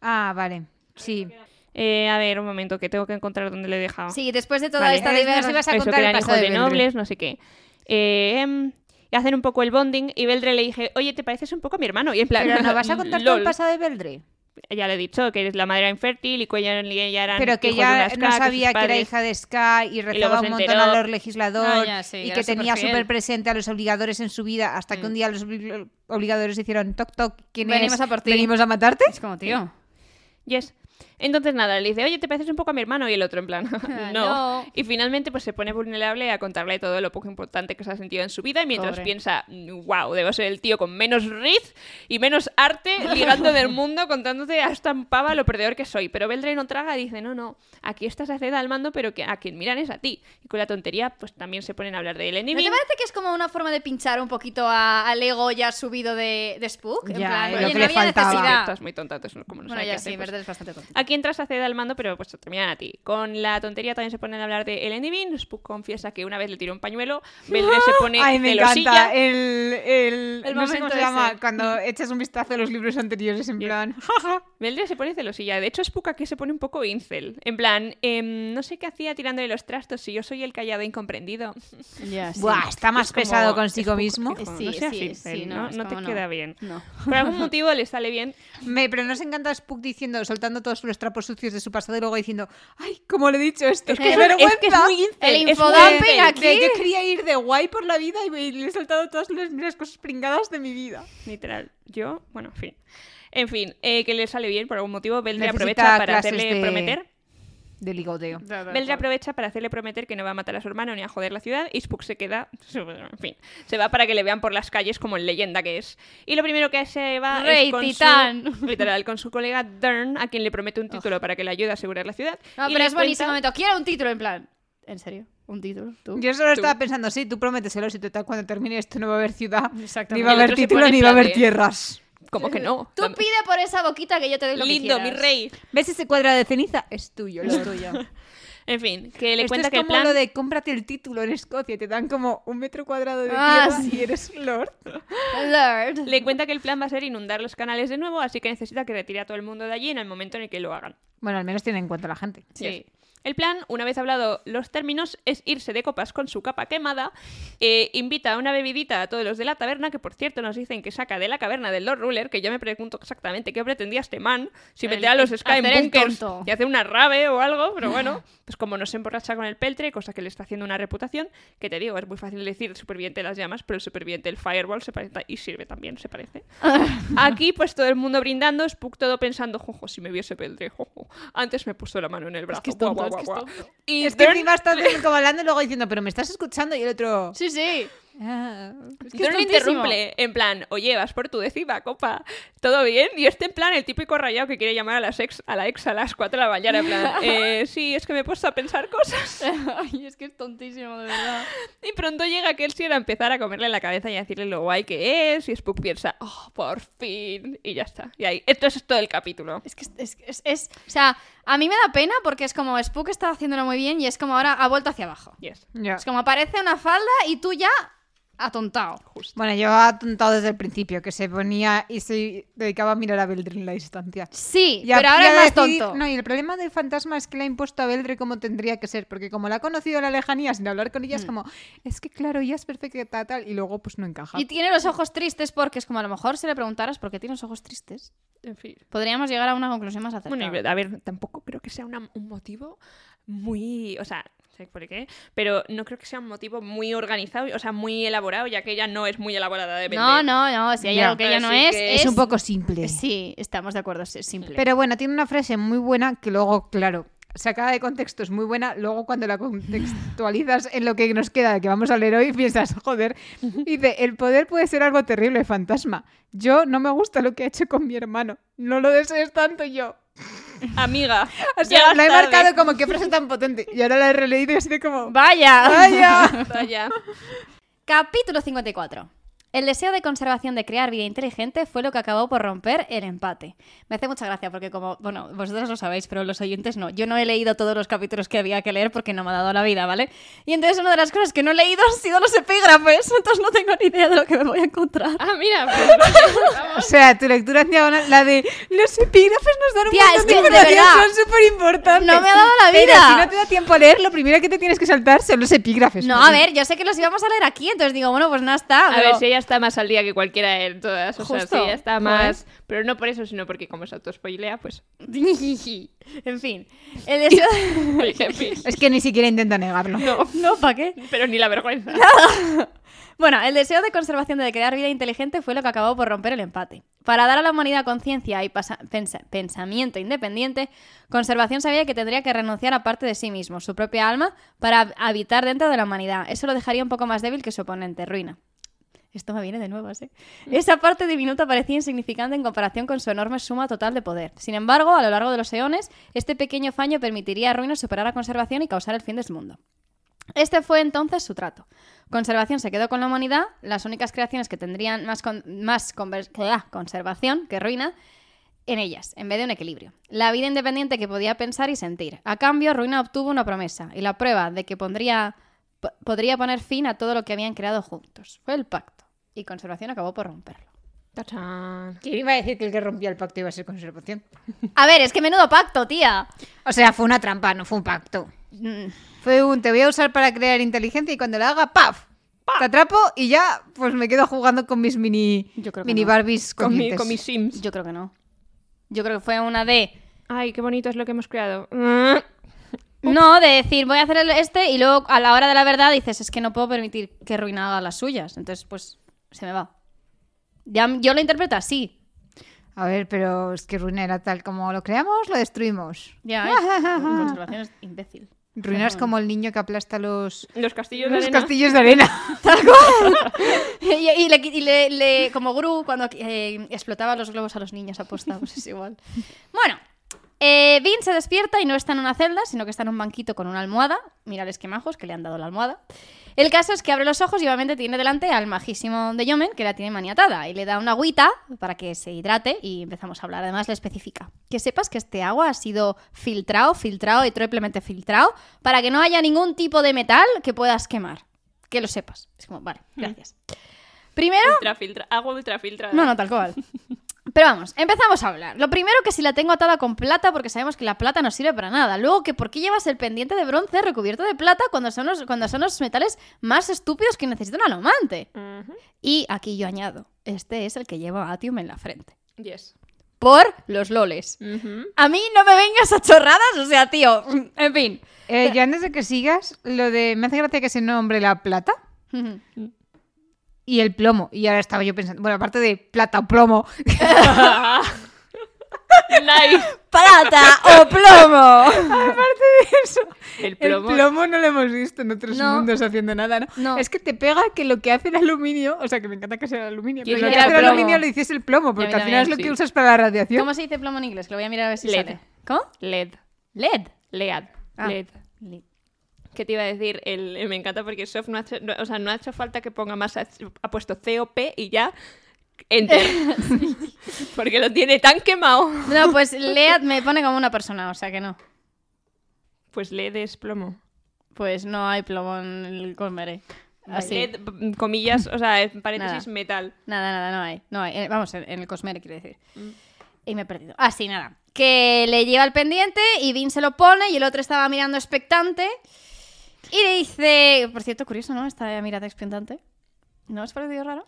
S3: Ah, vale. Sí.
S2: Eh, a ver, un momento, que tengo que encontrar dónde le he dejado.
S1: Sí, después de toda
S2: Vale.
S1: esta
S3: Entonces
S1: diver-
S3: nos ibas a
S2: Eso,
S3: contar
S2: que
S3: el
S2: eran
S3: pasado
S2: hijos de,
S3: de Beldre.
S2: nobles, no sé qué. Eh, em, y hacen un poco el bonding y Beldre le dije, oye, te pareces un poco a mi hermano. Y en plan,
S3: Pero no vas a contar todo el
S2: lol.
S3: pasado de Beldre.
S2: ya le he dicho que eres la madre era infértil y que ella, ella eran
S3: Pero que
S2: hijos de
S3: ya
S2: unas
S3: no
S2: cacas,
S3: sabía
S2: sus
S3: que era
S2: padres-
S3: hija de Sky y
S2: luego
S3: rezaba
S2: se
S3: un montón
S2: enteró.
S3: a los legisladores
S1: Ah, ya, sí,
S3: y
S1: era
S3: que tenía
S1: superfiel. Mm.
S3: súper presente a los obligadores en su vida hasta que un día los obli- obligadores hicieron toc toc. ¿Quién es?
S1: Venimos a por ti.
S3: ¿Venimos a matarte?
S1: Es como, tío.
S2: Yes. Entonces nada, le dice, oye, te pareces un poco a mi hermano y el otro en plan, no.
S1: Ah, no.
S2: Y finalmente pues se pone vulnerable a contarle todo lo poco importante que se ha sentido en su vida y mientras
S1: Pobre.
S2: piensa, wow, debo ser el tío con menos riz y menos arte ligando del mundo contándote hasta en pava lo perdedor que soy. Pero Beldre no traga y dice, no, no, aquí estás aceda al mando pero que a quien miran es a ti. Y con la tontería pues también se ponen a hablar de Eleni
S1: ¿No te parece que es como una forma de pinchar un poquito a- al ego ya subido de, de Spook? En
S3: Ya,
S1: plan,
S3: es
S1: oye,
S3: lo que
S1: no
S3: le
S1: había
S3: faltaba.
S1: necesidad.
S2: Estás muy tonta, entonces no- como no
S1: Bueno,
S2: sabe qué
S1: ya
S2: hacer,
S1: sí,
S2: pues-
S1: Verde es bastante tonto.
S2: Aquí Aquí entras a ceder al mando, pero pues te terminan a ti. Con la tontería también se ponen a hablar de Ellen Divine. Spook confiesa que una vez le tiró un pañuelo. Belgré se pone
S3: Ay, me
S2: celosilla.
S3: encanta eh. el, el,
S2: El
S3: no sé cómo
S2: momento
S3: se llama,
S2: ese.
S3: cuando echas un vistazo a los libros anteriores en
S2: Yes.
S3: plan, jaja.
S2: Meldred se pone celosilla. De hecho, Spook aquí se pone un poco incel. En plan, em, no sé qué hacía tirándole los trastos si yo soy el callado incomprendido.
S1: Ya, sí.
S3: Buah, está más
S2: Es como,
S3: pesado consigo
S2: Spook,
S3: mismo.
S2: hijo,
S1: Sí,
S2: no seas
S1: sí,
S2: incel,
S1: sí, no,
S2: no,
S1: es
S2: No te
S1: como no.
S2: queda bien.
S1: No.
S2: Por algún motivo le sale bien.
S3: Me- pero nos encanta Spook diciendo, soltando todos los trapos sucios de su pasado y luego diciendo, ay, ¿cómo le he dicho esto?
S2: Es que
S3: ¡Qué
S2: es-
S3: vergüenza!
S2: es que es muy incel.
S1: El
S2: Es muy
S1: infodumping
S2: incel.
S1: aquí.
S3: De- yo quería ir de guay por la vida y me- y le he soltado todas las, las cosas pringadas de mi vida.
S2: Literal. Yo, bueno, en fin. En fin, eh, que le sale bien por algún motivo. Belgré
S3: Necesita
S2: aprovecha para
S3: clases
S2: hacerle
S3: de-
S2: prometer.
S3: De ligoteo.
S2: Belgré aprovecha para hacerle prometer que no va a matar a su hermano ni a joder la ciudad y Spook se queda, en fin, se va para que le vean por las calles como el leyenda que es. Y lo primero que se va
S1: Rey
S2: es con su-
S1: titán.
S2: literal con su colega Dern, a quien le promete un título para que le ayude a asegurar la ciudad.
S1: No,
S2: Y
S1: pero
S2: le
S1: es buenísimo
S2: cuenta-
S1: momento. Quiero un título, en plan. ¿En serio? ¿Un título? ¿Tú?
S3: Yo solo
S2: Tú.
S3: estaba pensando, sí, tú prométeselo, si total cuando termine esto no va a haber ciudad, ni
S1: Exactamente.
S3: va a
S2: El
S3: haber
S2: otro se
S3: título,
S2: pone
S3: ni va a
S2: en plan
S3: haber
S2: de-
S3: tierras.
S2: Como que no.
S1: Tú
S2: La-
S1: pide por esa boquita que yo te doy lo
S2: Lindo,
S1: que
S2: mi
S1: quieras.
S2: rey.
S3: ¿Ves ese cuadrado de ceniza? Es tuyo,
S1: Lo
S3: es tuyo.
S1: tuyo.
S2: En fin, que le
S3: Esto
S2: cuenta
S3: es
S2: que el
S3: como
S2: plan
S3: lo de cómprate el título en Escocia, te dan como un metro cuadrado de
S1: Ah,
S3: tierra
S1: sí.
S3: y eres lord.
S1: Lord.
S2: Le cuenta que el plan va a ser inundar los canales de nuevo, así que necesita que retire a todo el mundo de allí en el momento en el que lo hagan.
S3: Bueno, al menos tienen en cuenta la gente.
S1: Sí.
S2: Yes. El plan, una vez hablado los términos, es irse de copas con su capa quemada, eh, invita a una bebidita a todos los de la taberna, que por cierto nos dicen que saca de la caverna del Lord Ruler, que yo me pregunto exactamente qué pretendía este man, si
S1: El-
S2: metía a los Sky en
S1: hacer el
S2: bunkers
S1: tonto.
S2: y hacer una rave o algo, pero bueno, pues como no se emborracha con el peltre, cosa que le está haciendo una reputación, que te digo, es muy fácil decir superviviente de las llamas, pero el superviviente del Fireball se parece y sirve también, se parece. Aquí, pues todo el mundo brindando, Spook todo pensando, jojo, si me viese Peldre, jojo. Antes me puso la mano en el brazo.
S1: que es
S2: guau,
S1: tonto,
S2: guau,
S1: es
S2: guau,
S1: que es
S2: guau". Y
S3: Es que
S2: Dern-
S3: encima estás como hablando y luego diciendo, pero me estás escuchando y el otro...
S1: Sí, sí.
S3: "Ah".
S1: que es
S2: Dern
S1: tontísimo.
S2: interrumpe, en plan, oye, vas por tu décima copa, todo bien. Y este, en plan, el típico rayado que quiere llamar a, las ex, a la ex a las 4 de la mañana, en plan, "Eh, sí, es que me he puesto a pensar cosas.
S1: Ay, es que es tontísimo, de verdad.
S2: Y pronto llega Kelsier a empezar a comerle la cabeza y a decirle lo guay que es. Y Spook piensa, oh, por fin. Y ya está. Y ahí, esto es todo el capítulo.
S1: Es que es, es- es- es- O sea, a mí me da pena porque es como Spook estaba haciéndolo muy bien y es como ahora ha vuelto hacia abajo.
S2: Yes,
S3: Ya.
S1: Es como aparece una falda y tú ya atontado.
S2: justo.
S3: Bueno, yo atontado desde el principio, que se ponía y se dedicaba a mirar a Beldre en la distancia.
S1: Sí,
S3: Y a-
S1: pero
S3: y
S1: ahora
S3: a
S1: es más
S3: decir-
S1: tonto.
S3: No, y el problema del fantasma es que le ha impuesto a Beldre como tendría que ser, porque como la ha conocido a la lejanía sin hablar con ella,
S1: Mm.
S3: es como, es que claro, ella es perfecta, tal, tal, y luego pues no encaja.
S1: Y tiene los ojos tristes porque es como a lo mejor si le preguntaras por qué tiene los ojos tristes,
S2: En fin.
S1: podríamos llegar a una conclusión más acertada.
S2: Bueno, y a ver, tampoco creo que sea una- un motivo muy. O sea, no sé por qué, pero no creo que sea un motivo muy organizado, o sea, muy elaborado, ya que ella no es muy elaborada de vender.
S1: no, no, no, si hay
S3: Ya.
S1: algo que ella no
S2: Así
S1: es,
S2: que
S1: es...
S3: es un poco simple.
S1: Sí, estamos de acuerdo, es simple.
S3: Pero bueno, tiene una frase muy buena que luego, claro, sacada de contexto es muy buena, luego cuando la contextualizas en lo que nos queda de que vamos a leer hoy, piensas, joder, dice, el poder puede ser algo terrible, fantasma. Yo no me gusta lo que ha hecho con mi hermano. No lo desees tanto yo.
S2: Amiga.
S3: O sea,
S2: llegas
S3: la he
S2: tarde.
S3: marcado como que frase tan potente. Y ahora la he releído y así de como...
S1: ¡Vaya!
S3: ¡Vaya!
S2: Vaya.
S1: Capítulo 54. El deseo de conservación de crear vida inteligente fue lo que acabó por romper el empate. Me hace mucha gracia porque como, bueno, vosotros lo sabéis, pero los oyentes no. Yo no he leído todos los capítulos que había que leer porque no me ha dado la vida, ¿vale? Y entonces una de las cosas que no he leído han sido los epígrafes, entonces no tengo ni idea de lo que me voy a encontrar.
S2: Ah, mira. pues,
S3: O sea, tu lectura en diagonal, la de los epígrafes nos dan un
S1: Tía,
S3: montón
S1: es que
S3: de
S1: de
S3: información,
S1: verdad.
S3: son súper importantes.
S1: No me ha dado la
S3: Pero
S1: vida.
S3: si no te da tiempo a leer, lo primero que te tienes que saltar son los epígrafes.
S1: No, a ver, yo sé que los íbamos a leer aquí, entonces digo, bueno, pues nada está.
S2: a
S1: pero-
S2: ver, si ella está más al día que cualquiera de todas. O sea,
S1: Justo.
S2: si ella está
S1: Joder.
S2: más. Pero no por eso, sino porque como se autospoilea, pues.
S1: en fin, el deseo...
S2: oye, en fin.
S3: Es que ni siquiera intenta negarlo.
S1: no, no, ¿para qué?
S2: Pero ni la vergüenza.
S1: Bueno, el deseo de conservación de crear vida inteligente fue lo que acabó por romper el empate. Para dar a la humanidad conciencia y pasa- pensa- pensamiento independiente, Conservación sabía que tendría que renunciar a parte de sí mismo, su propia alma, para habitar dentro de la humanidad. Eso lo dejaría un poco más débil que su oponente, Ruina. Esto me viene de nuevo, ¿eh? Esa parte diminuta parecía insignificante en comparación con su enorme suma total de poder. Sin embargo, a lo largo de los eones, este pequeño faño permitiría a Ruina superar a Conservación y causar el fin del mundo. Este fue entonces su trato. Conservación se quedó con la humanidad, las únicas creaciones que tendrían más, con- más conver- que- ah, conservación que ruina en ellas, en vez de un equilibrio. La vida independiente que podía pensar y sentir. A cambio, Ruina obtuvo una promesa y la prueba de que pondría, po- podría poner fin a todo lo que habían creado juntos. Fue el pacto. Y Conservación acabó por romperlo.
S2: ¡Tachán!
S3: ¿Quién iba a decir que el que rompía el pacto iba a ser conservación?
S1: A ver, es que menudo pacto, tía.
S3: O sea, fue una trampa, no fue un pacto.
S1: Mm,
S3: Fue un te voy a usar para crear inteligencia y cuando la haga, ¡paf! Te atrapo y ya, pues me quedo jugando con mis mini,
S1: Yo creo que
S3: mini
S1: no.
S3: Barbies
S2: Con, mi-
S3: conscientes.
S2: con mis Sims.
S1: Yo creo que no. Yo creo que fue una de...
S2: Ay, qué bonito es lo que hemos creado. Mm.
S1: No, de decir, voy a hacer el este y luego a la hora de la verdad dices, es que no puedo permitir que Ruina haga las suyas. Entonces, pues, se me va. Ya, yo lo interpreto así.
S3: A ver, pero es que Ruina era tal como lo creamos, lo destruimos.
S1: Ya, es, conservación es imbécil.
S3: Ruina es como el niño que aplasta los,
S2: Los castillos de
S3: los
S2: arena.
S3: castillos de arena.
S1: Y, y le, qui- y le- le- como Gru, cuando eh, explotaba los globos a los niños apostados, es igual. Bueno, eh, Vin se despierta y no está en una celda, sino que está en un banquito con una almohada. Mirales que majos que le han dado la almohada. El caso es que abre los ojos y obviamente tiene delante al majísimo de Yomen, que la tiene maniatada, y le da una agüita para que se hidrate y empezamos a hablar. Además, le especifica que sepas que este agua ha sido filtrado, filtrado y triplemente filtrado para que no haya ningún tipo de metal que puedas quemar. Que lo sepas. Es como, vale, gracias. Primero,
S2: Ultrafiltra- agua ultrafiltrada.
S1: no, no, tal cual. Pero vamos, empezamos a hablar. Lo primero que si la tengo atada con plata, porque sabemos que la plata no sirve para nada. Luego que por qué llevas el pendiente de bronce recubierto de plata cuando son los, cuando son los metales más estúpidos que necesita un alomante.
S2: Ujú.
S1: Y aquí yo añado, este es el que lleva Atium en la frente.
S2: Yes.
S1: Por los loles.
S2: Ujú.
S1: A mí no me vengas a chorradas, o sea, tío, en fin.
S3: Eh, yo antes de que sigas, lo de me hace gracia que se nombre la plata y el plomo. Y ahora estaba yo pensando, bueno, aparte de plata o plomo,
S2: nice.
S1: ¡Plata o plomo!
S2: El
S3: El
S2: plomo.
S3: plomo. no lo hemos visto en otros
S1: No.
S3: mundos haciendo nada, ¿no?
S1: No.
S3: Es que te pega que lo que hace el aluminio, o sea, que me encanta que sea el aluminio,
S2: Que
S3: pero lo
S2: era
S3: que hace el
S2: plomo.
S3: aluminio lo hiciese el plomo, porque
S1: Ya,
S3: al final es lo
S2: sí.
S3: que usas para la radiación.
S1: ¿Cómo se dice plomo en inglés? Que lo voy a mirar a ver si
S2: Led.
S1: sale. ¿Cómo?
S2: Led.
S1: LED.
S2: Lead.
S1: Ah.
S2: Led.
S1: Led.
S2: ¿Qué te iba a decir? El, el- me encanta porque Sof no ha, hecho, no- o sea, no ha hecho falta que ponga más. Ha, ha puesto COP y ya. Enter. porque lo tiene tan quemado.
S1: No, pues Lead me pone como una persona, o sea que no.
S2: Pues LED es plomo.
S1: Pues no hay plomo en el colmaré. Así.
S2: LED, p- comillas, o sea, en paréntesis
S1: Ah, Nada.
S2: metal.
S1: Nada, nada, no hay. No hay. Eh, vamos, en, en el Cosmere, quiero decir. Y me he perdido. Así, nada. Que le lleva el pendiente y Vin se lo pone y el otro estaba mirando expectante. Y le dice. Por cierto, curioso, ¿no? Esta mirada expectante. ¿No os ha parecido raro?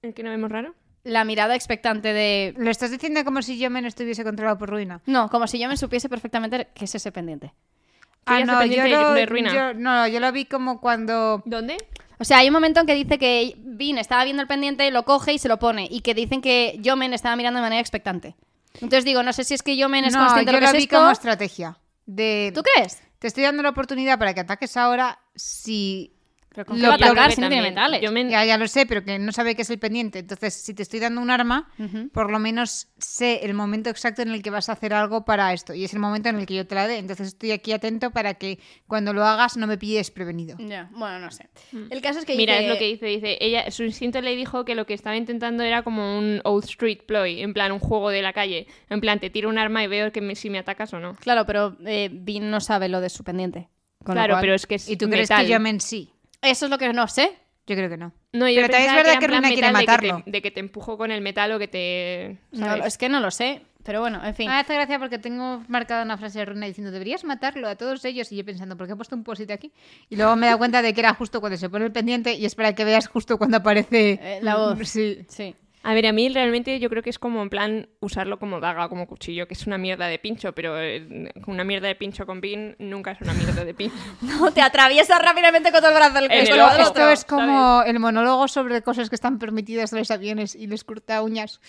S2: ¿El que no vemos raro?
S1: La mirada expectante de.
S3: Lo estás diciendo como si yo me no estuviese controlado por ruina.
S1: No, como si yo me supiese perfectamente qué es ese pendiente.
S2: ya está pendiente de- de ruina.
S3: Ah, yo, no, yo lo vi como cuando...
S2: ¿Dónde?
S1: O sea, hay un momento en que dice que Vin estaba viendo el pendiente, lo coge y se lo pone. Y que dicen que Yomen estaba mirando de manera expectante. Entonces digo, no sé si es que Yomen es
S3: No,
S1: consciente
S3: yo
S1: de lo
S3: lo
S1: que es
S3: vi
S1: esto.
S3: como estrategia. De,
S1: ¿Tú crees?
S3: te estoy dando la oportunidad para que ataques ahora si...
S1: Pero ¿con
S3: Lo
S1: qué va a
S3: peor
S1: atacar
S2: que
S1: si no tiene
S2: también-
S1: mentales?
S2: Yo me-
S3: Ya, ya lo sé, pero que no sabe qué es el pendiente. Entonces, si te estoy dando un arma,
S1: Ujú.
S3: por lo menos sé el momento exacto en el que vas a hacer algo para esto. Y es el momento en el que yo te la dé. Entonces, estoy aquí atento para que cuando lo hagas no me pilles prevenido.
S2: Mm,
S1: Ya, bueno, no sé. El caso es que
S2: Mira,
S1: dice-
S2: es lo que dice, dice, ella, su instinto le dijo que lo que estaba intentando era como un old street ploy, en plan un juego de la calle, en plan te tiro un arma y veo que me- si me atacas o no.
S1: Claro, pero eh, Vin no sabe lo de su pendiente. Con lo
S2: claro,
S1: cual-
S2: pero es que es
S3: ¿Y tú crees
S2: metal.
S3: que llamen sí?
S1: Eso es lo que no sé.
S3: Yo creo que no.
S2: No, yo
S3: Pero también es
S2: pensaba
S3: verdad que
S2: era en plan
S3: Runa
S2: metal
S3: quiere
S2: de que te-
S3: matarlo.
S2: De que te empujo con el metal o que te...
S1: No,
S2: ¿sabes?
S1: es que no lo sé. Pero bueno, en fin.
S3: Me hace gracia porque tengo marcada una frase de Runa diciendo deberías matarlo a todos ellos y yo pensando ¿por qué he puesto un post aquí? Y luego me he dado cuenta de que era justo cuando se pone el pendiente y es para que veas justo cuando aparece
S1: Eh, la voz.
S3: Sí.
S1: Sí.
S2: A ver, a mí realmente yo creo que es como en plan usarlo como daga o como cuchillo, que es una mierda de pincho, pero eh, una mierda de pincho con pin nunca es una mierda de pincho.
S1: No, te atraviesas rápidamente con todo el brazo. El
S2: En el
S1: cuello
S2: ojo.
S1: del
S3: Esto
S1: otro.
S3: es como el monólogo sobre cosas que están permitidas en los aviones y les corta uñas.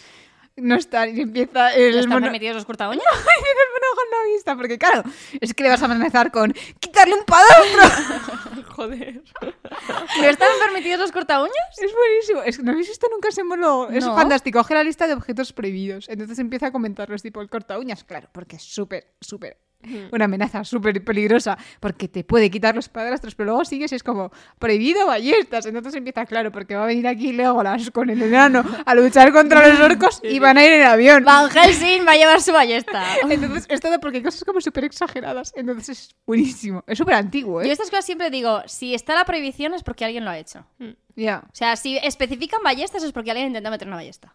S3: No está y empieza el
S1: ¿No están
S3: mono-
S1: permitidos los cortaoñas?
S3: Y el monólogo no está porque claro, es que le vas a amenazar con quitarle un padastro.
S2: Joder.
S1: ¿No están permitidos los cortaoñas?
S3: Es buenísimo. Es que no habéis visto nunca ese monólogo. Es
S1: No.
S3: fantástico. Coge la lista de objetos prohibidos. Entonces empieza a comentarlos tipo el corta uñas, claro, porque es súper, súper
S2: Mm.
S3: Una amenaza súper peligrosa porque te puede quitar los padrastros, pero luego sigues y es como prohibido ballestas. Entonces empieza claro, porque va a venir aquí Legolas con el enano a luchar contra los orcos y van a ir en avión.
S1: Van Helsing va a llevar su ballesta.
S3: Entonces, esto de porque hay cosas como súper exageradas. Entonces es buenísimo. Es súper antiguo,
S1: Yo
S3: ¿eh?
S1: estas cosas siempre digo, si está la prohibición es porque alguien lo ha hecho.
S2: Mm.
S3: Ya.
S1: O sea, si especifican ballestas es porque alguien intenta meter una ballesta.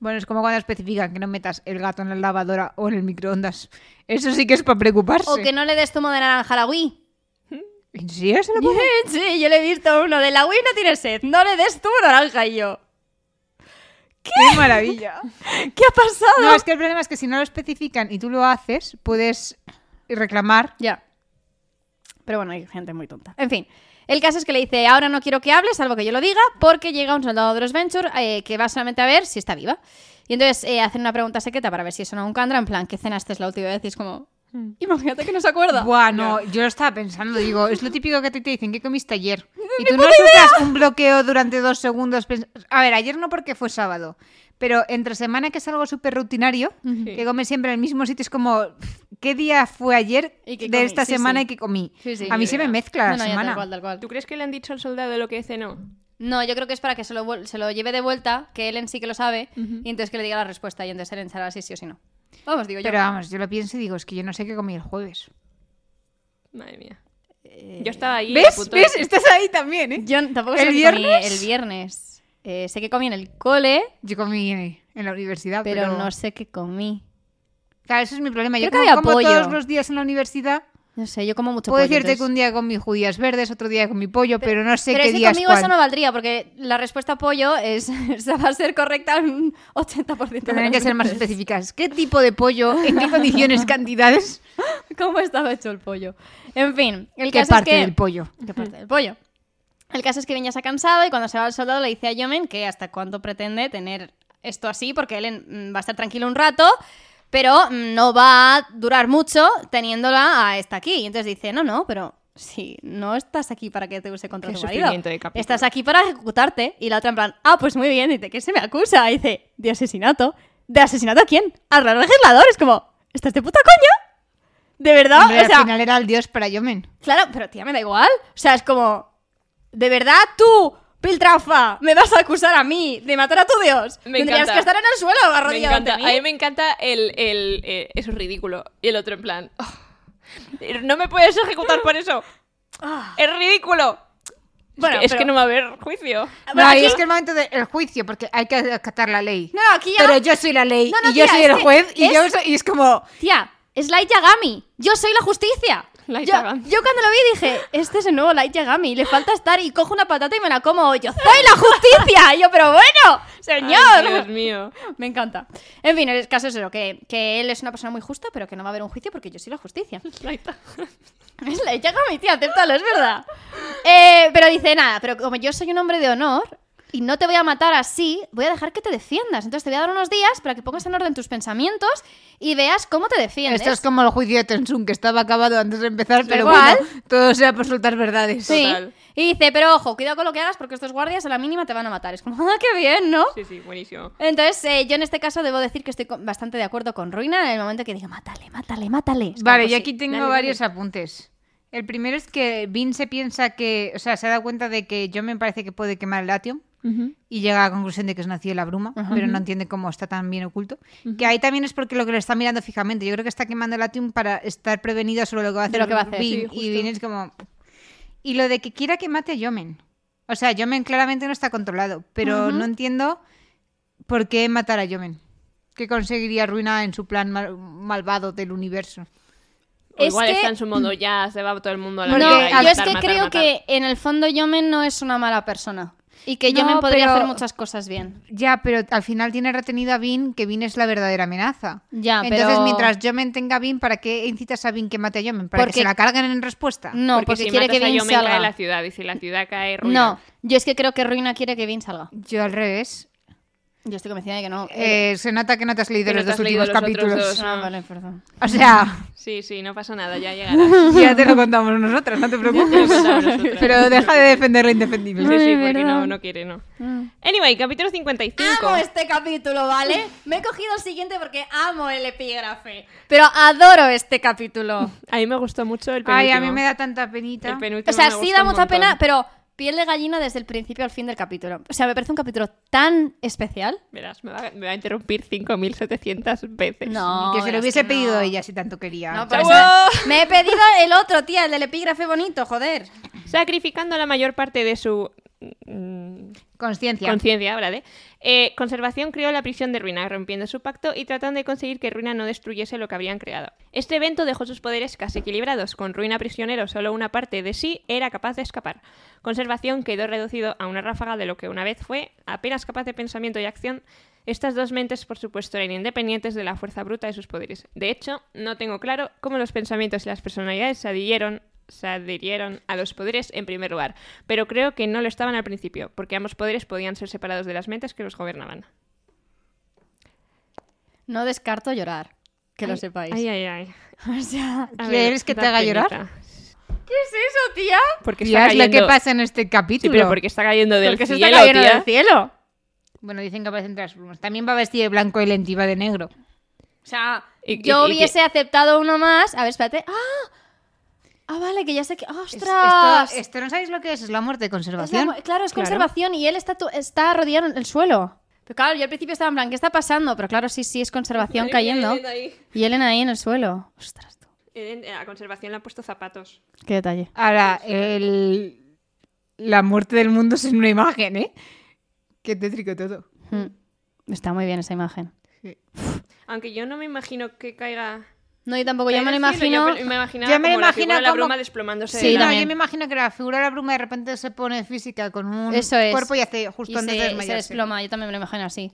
S3: Bueno, es como cuando especifican que no metas el gato en la lavadora o en el microondas. Eso sí que es para preocuparse.
S1: O que no le des zumo de naranja a la Wii.
S3: ¿En serio se lo ponen?
S1: Sí, yo le he visto a uno de la Wii no tiene sed, no le des zumo de naranja y yo.
S3: ¡Qué maravilla!
S1: ¿Qué ha pasado?
S3: No, es que el problema es que si no lo especifican y tú lo haces, puedes reclamar.
S1: Ya. Pero bueno, hay gente muy tonta. En fin, el caso es que le dice, ahora no quiero que hables, salvo que yo lo diga, porque llega un soldado de los Venture eh, que va solamente a ver si está viva. Y entonces eh, hacen una pregunta secreta para ver si es o no un Candra, en plan, ¿qué cenaste es la última vez? Y es como,
S3: Mm.
S1: imagínate que no se acuerda.
S3: Bueno, yo lo estaba pensando, digo, es lo típico que a ti te dicen, ¿qué comiste ayer? Y tú no sufras un bloqueo durante dos segundos. pens- A ver, ayer no porque fue sábado, pero entre semana que es algo súper rutinario, que comes siempre en el mismo sitio, es como, ¿qué día fue ayer
S1: ¿Y
S3: de
S1: qué comí?
S3: esta
S1: Sí,
S3: semana
S1: sí.
S3: y qué comí?
S1: Sí, sí,
S3: a mí
S1: yo
S3: se me
S1: ya.
S3: mezcla
S1: No,
S3: la
S1: no, ya,
S3: semana.
S1: tal cual, tal cual.
S2: ¿Tú crees que le han dicho al soldado lo que cenó?
S1: No, yo creo que es para que se lo, vuel- se lo lleve de vuelta, que Ellen sí que lo sabe, y entonces que le diga la respuesta, y entonces Ellen sabrá si sí o si no. Vamos, digo yo.
S3: Pero vamos, yo lo pienso y digo, es que yo no sé qué comí el jueves.
S2: Madre mía. Yo estaba ahí. a
S3: Eh, ¿Ves?
S2: punto de-
S3: ¿Ves? Estás ahí también, ¿eh?
S1: Eh, Yo tampoco sé
S3: ¿El
S1: lo que comí
S3: viernes?
S1: el viernes. Eh, sé que comí en el cole,
S3: Yo comí en, en la universidad, Ah, pero,
S1: pero, no sé qué comí.
S3: Claro, eso es mi problema. Yo
S1: Creo que
S3: como,
S1: había
S3: como
S1: pollo.
S3: todos los días en la universidad.
S1: No sé, yo como mucho
S3: Puedo
S1: pollo,
S3: decirte que
S1: entonces-
S3: un día comí judías verdes, otro día comí pollo, pero, no sé
S1: Pero
S3: qué
S1: es que
S3: día es
S1: conmigo
S3: cuál.
S1: eso no valdría, porque la respuesta pollo es, esa va a ser correcta un 80% de
S3: Tendrán que
S1: las
S3: ser más
S1: veces.
S3: específicas. ¿Qué tipo de pollo? ¿En qué condiciones? ¿Cantidades?
S1: ¿Cómo estaba hecho el pollo? En fin, el
S3: ¿Qué
S1: caso
S3: parte
S1: es que...
S3: del pollo?
S1: ¿Qué parte del pollo? El caso es que Viña se ha cansado y cuando se va al soldado le dice a Yomen que hasta cuándo pretende tener esto así, porque él mm, va a estar tranquilo un rato, pero mm, no va a durar mucho teniéndola a esta aquí. Y entonces dice, no, no, pero si no estás aquí para que te use contra
S2: Qué
S1: tu marido.
S2: sufrimiento de capítulo.
S1: Estás aquí para ejecutarte. Y la otra en plan, ah, pues muy bien, dice, ¿qué se me acusa? Y dice, de asesinato. ¿De asesinato a quién? Al real legislador. Es como, ¿estás de puta coña? ¿De verdad?
S3: Hombre,
S1: o sea,
S3: al final era el dios para Yomen.
S1: Claro, pero tía, me da igual. O sea, es como, ¿de verdad tú, Piltrafa, me vas a acusar a mí de matar a tu dios?
S2: Me
S1: Tendrías
S2: encanta.
S1: que estar en el suelo
S2: Me
S1: arrodillado
S2: encanta.
S1: ante
S2: A
S1: mí.
S2: mí me encanta el, el, eh, eso es ridículo. Y el otro en plan, "Oh, no me puedes ejecutar por eso.
S1: Ah.
S2: Es ridículo.
S1: Bueno,
S2: es, que, es
S1: pero-
S2: que no va a haber juicio.
S1: Bueno,
S3: no, y
S1: aquí-
S3: es que el momento del juicio, porque hay que acatar la ley.
S1: No, no, aquí ya...
S3: Pero yo soy la ley
S1: No, no,
S3: y yo
S1: tía,
S3: soy
S1: es
S3: el
S1: que
S3: juez y,
S1: es-
S3: yo soy- y es como...
S1: Tía, es Light Yagami. Yo soy la justicia.
S2: Light
S1: yo,
S2: Yagami.
S1: yo cuando lo vi dije, este es el nuevo Light Yagami. Le falta estar y cojo una patata y me la como. Yo soy la justicia. Y yo, pero bueno, señor.
S2: Ay, Dios mío.
S1: Me encanta. En fin, el caso es eso, que, que él es una persona muy justa, pero que no va a haber un juicio porque yo soy la justicia. Es la hecha mi tía, acéptalo, es verdad. Eh, pero dice, nada, pero como yo soy un hombre de honor y no te voy a matar así, voy a dejar que te defiendas. Entonces te voy a dar unos días para que pongas en orden tus pensamientos y veas cómo te defiendes.
S3: Esto es como el juicio de Tensun, que estaba acabado antes de empezar, pero
S1: Igual.
S3: bueno, todo sea por soltar verdades.
S1: Sí.
S2: Total.
S1: Y dice, pero ojo, cuidado con lo que hagas porque estos guardias a la mínima te van a matar. Es como, ah, qué bien, ¿no?
S2: Sí, sí, buenísimo.
S1: Entonces, eh, yo en este caso debo decir que estoy co- bastante de acuerdo con Ruina en el momento que digo, mátale, mátale, mátale. Es como,
S3: Vale,
S1: pues
S3: yo
S1: sí,
S3: aquí tengo
S1: dale, dale.
S3: varios apuntes. El primero es que Vin se piensa que, o sea, se ha dado cuenta de que yo me parece que puede quemar el Latium y llega a la conclusión de que es nacido de la bruma, pero no entiende cómo está tan bien oculto. Que ahí también es porque lo que lo está mirando fijamente. Yo creo que está quemando el Latium para estar prevenido sobre lo que va a
S1: De
S3: hacer,
S1: lo que va a hacer,
S3: Vin,
S1: sí,
S3: y Vin es como y lo de que quiera que mate a Yomen. O sea, Yomen claramente no está controlado, pero no entiendo por qué matar a Yomen. ¿Qué conseguiría Ruina en su plan mal- malvado del universo?
S2: O
S1: Es
S2: igual
S1: que-
S2: está en su modo ya, se va todo el mundo a la
S3: Porque
S1: No,
S2: mierda y
S1: yo es
S2: matar,
S1: que
S2: matar,
S1: creo
S2: matar.
S1: que en el fondo Yomen no es una mala persona. Y que
S3: No,
S1: Yomen podría
S3: pero-
S1: hacer muchas cosas bien.
S3: Ya, pero al final tiene retenido a Vin, que Vin es la verdadera amenaza.
S1: Ya,
S3: Entonces,
S1: pero-
S3: mientras Yomen tenga a Vin, ¿para qué incitas a Vin que mate a Yomen? ¿Para
S1: Porque-
S3: que se la carguen en respuesta?
S1: No, porque,
S2: si
S1: quiere que
S2: matas a
S1: Vin
S2: Yomen, cae
S1: salga.
S2: la ciudad y si la ciudad cae ruina.
S1: No, yo es que creo que Ruina quiere que Vin salga.
S3: Yo al revés.
S1: Yo estoy convencida de que no.
S3: Eh, se nota que no te has leído
S2: que no
S3: los
S2: te
S3: dos
S2: has leído
S3: últimos
S2: los otros
S3: capítulos.
S2: dos.
S1: Ah, vale, perdón.
S3: O sea,
S2: Sí, sí, no pasa nada, ya llegará.
S3: ya te lo contamos nosotras, no te preocupes. Pero deja de defender lo indefendible.
S2: Sí, sí,
S1: Ay,
S2: porque no,
S1: verdad. Mm.
S2: no quiere, no. Anyway, capítulo 55.
S1: Amo este capítulo, ¿vale? Me he cogido el siguiente porque amo el epígrafe. Pero adoro este capítulo.
S2: A mí me gustó mucho el penúltimo.
S3: Ay, a mí me da tanta penita.
S2: El penúltimo
S1: O sea,
S2: este me
S1: sí
S2: gustó
S1: da
S2: un
S1: mucha
S2: montón.
S1: pena, pero piel de gallina desde el principio al fin del capítulo. O sea, me parece un capítulo tan especial.
S2: Verás, me va, me va a interrumpir 5.700 veces.
S1: No.
S3: que se lo
S1: verás
S3: hubiese
S1: que
S3: pedido
S1: no.
S3: ella si tanto quería.
S1: No,
S2: pero-
S1: por
S2: Chao.
S1: eso- me he pedido el otro, tía, el del epígrafe bonito, joder.
S2: Sacrificando la mayor parte de su... mm,
S3: Conciencia.
S2: Conciencia, ¿vale? Eh, conservación creó la prisión de Ruina, rompiendo su pacto y tratando de conseguir que Ruina no destruyese lo que habrían creado. Este evento dejó sus poderes casi equilibrados, con Ruina prisionero solo una parte de sí era capaz de escapar. Conservación quedó reducido a una ráfaga de lo que una vez fue, apenas capaz de pensamiento y acción. Estas dos mentes, por supuesto, eran independientes de la fuerza bruta de sus poderes. De hecho, no tengo claro cómo los pensamientos y las personalidades se adhirieron se adhirieron a los poderes en primer lugar, pero creo que no lo estaban al principio, porque ambos poderes podían ser separados de las mentes que los gobernaban.
S1: No descarto llorar, que lo
S2: Ay,
S1: sepáis.
S2: Ay, ay, ay.
S1: O sea,
S2: A
S3: ¿Quieres que te
S2: da
S3: haga llorar?
S2: penita.
S1: ¿qué es eso, tía?
S2: Porque
S3: Mira,
S2: está
S3: es lo
S2: cayendo...
S3: que pasa en este
S2: Sí,
S3: capítulo.
S2: pero porque está cayendo del
S1: Porque se
S2: cielo,
S1: está cayendo
S2: tía.
S1: del cielo.
S3: Bueno, dicen que aparecen transformos. También va vestido de blanco y lentiva de negro.
S1: O sea,
S2: Y-
S1: yo
S2: y- y-
S1: hubiese aceptado uno más. A ver, espérate. ¡Ah! Ah, vale, que ya sé que.
S3: Es-
S1: ¡Ostras!
S3: esto, esto no sabéis lo que es, es la muerte de
S1: Es la
S3: conservación.
S1: mu- claro, es
S2: Claro.
S1: conservación y él está, tu- está rodeado en el suelo. Pero claro, yo al principio estaba en plan, ¿qué está pasando? Pero claro, sí, sí, es conservación cayendo. Y Elena ahí en el suelo. Ostras, tú.
S2: A conservación le han puesto zapatos.
S1: Qué detalle.
S3: Ahora, el... la muerte del mundo es una imagen, ¿eh? Qué tétrico todo.
S1: Mm. Está muy bien esa imagen.
S2: Aunque yo no me imagino que caiga...
S1: No, yo tampoco, Pues yo me lo
S2: Caiga al cielo,
S1: imagino.
S2: Yo me imaginaba
S3: Yo
S2: como
S3: me
S2: la
S3: imagino
S2: figura de la
S3: como-
S2: bruma desplomándose.
S1: Sí,
S2: de
S3: Sí,
S2: la-
S3: no,
S1: también.
S3: yo me imagino que la figura de la bruma de repente se pone física con un
S1: Eso es.
S3: cuerpo y hace justo
S1: Y
S3: antes
S1: se,
S3: de
S1: y se
S3: desmayarse.
S1: desploma, yo también me lo imagino así.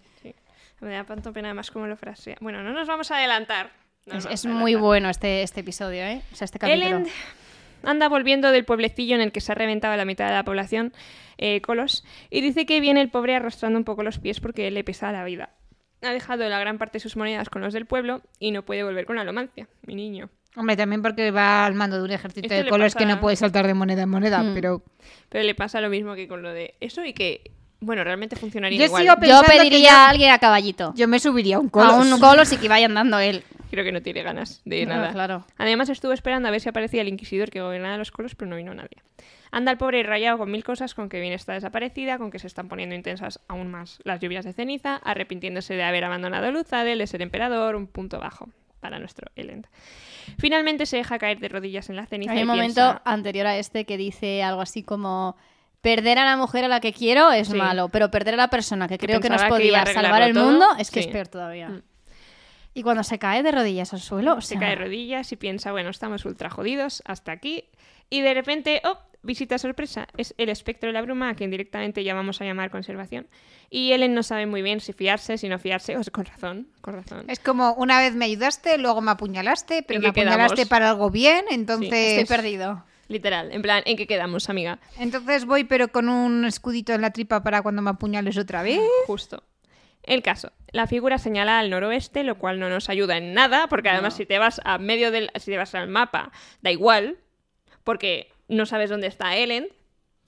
S2: Me da tanto pena más como lo frasea. Bueno, no nos vamos a adelantar. No
S1: es
S2: nos
S1: es
S2: vamos a
S1: muy
S2: adelantar.
S1: bueno este, este episodio, ¿eh? O sea, este capítulo.
S2: Ellen anda volviendo del pueblecillo en el que se ha reventado la mitad de la población, eh, Colos, y dice que viene el pobre arrastrando un poco los pies porque le pesa la vida. Ha dejado la gran parte de sus monedas con los del pueblo y no puede volver con la lomancia, mi niño.
S3: Hombre, también porque va al mando de un ejército
S2: Esto
S3: de
S2: le
S3: colores
S2: pasa-
S3: que no puede saltar de moneda en moneda,
S1: Mm.
S3: pero...
S2: Pero le pasa lo mismo que con lo de eso y que, bueno, realmente funcionaría
S3: Yo
S2: igual.
S3: sigo pe-
S1: Yo
S3: pensando que
S1: pediría
S3: ya-
S1: a alguien a caballito.
S3: Yo me subiría a un colos.
S1: A un colos y que vaya andando él.
S2: Creo que no tiene ganas de
S1: No,
S2: nada.
S1: claro.
S2: Además estuvo esperando a ver si aparecía el inquisidor que gobernaba los colos, pero no vino nadie. Anda el pobre rayado con mil cosas, con que bien está desaparecida, con que se están poniendo intensas aún más las lluvias de ceniza, arrepintiéndose de haber abandonado Luzadel, de ser emperador, un punto bajo para nuestro Elend. Finalmente se deja caer de rodillas en la ceniza
S1: Hay
S2: y
S1: un momento
S2: piensa,
S1: anterior a este que dice algo así como perder a la mujer a la que quiero es
S2: Sí.
S1: malo, pero perder a la persona que creo que nos
S2: pensaba que iba a
S1: podía
S2: arreglarlo
S1: salvar el
S2: todo,
S1: mundo es que
S2: sí.
S1: es peor todavía.
S2: Mm.
S1: Y cuando se cae de rodillas al suelo, o
S2: se
S1: sea,
S2: cae de rodillas y piensa, bueno, estamos ultra jodidos, hasta aquí. Y de repente, ¡oh! Visita sorpresa, es el espectro de la bruma, a quien directamente ya vamos a llamar conservación. Y Ellen no sabe muy bien si fiarse, si no fiarse, o sea, con razón, con razón.
S3: Es como, una vez me ayudaste, luego me apuñalaste, pero
S2: ¿En
S3: me
S2: qué
S3: apuñalaste
S2: quedamos?
S3: para algo bien, entonces...
S1: estoy perdido.
S2: Literal, en plan, ¿en qué quedamos, amiga?
S3: Entonces voy, pero con un escudito en la tripa para cuando me apuñales otra vez.
S2: Justo. El caso, la figura señala al noroeste, lo cual no nos ayuda en nada, porque además si te vas a medio del, si te vas al mapa, da igual, porque no sabes dónde está Ellen,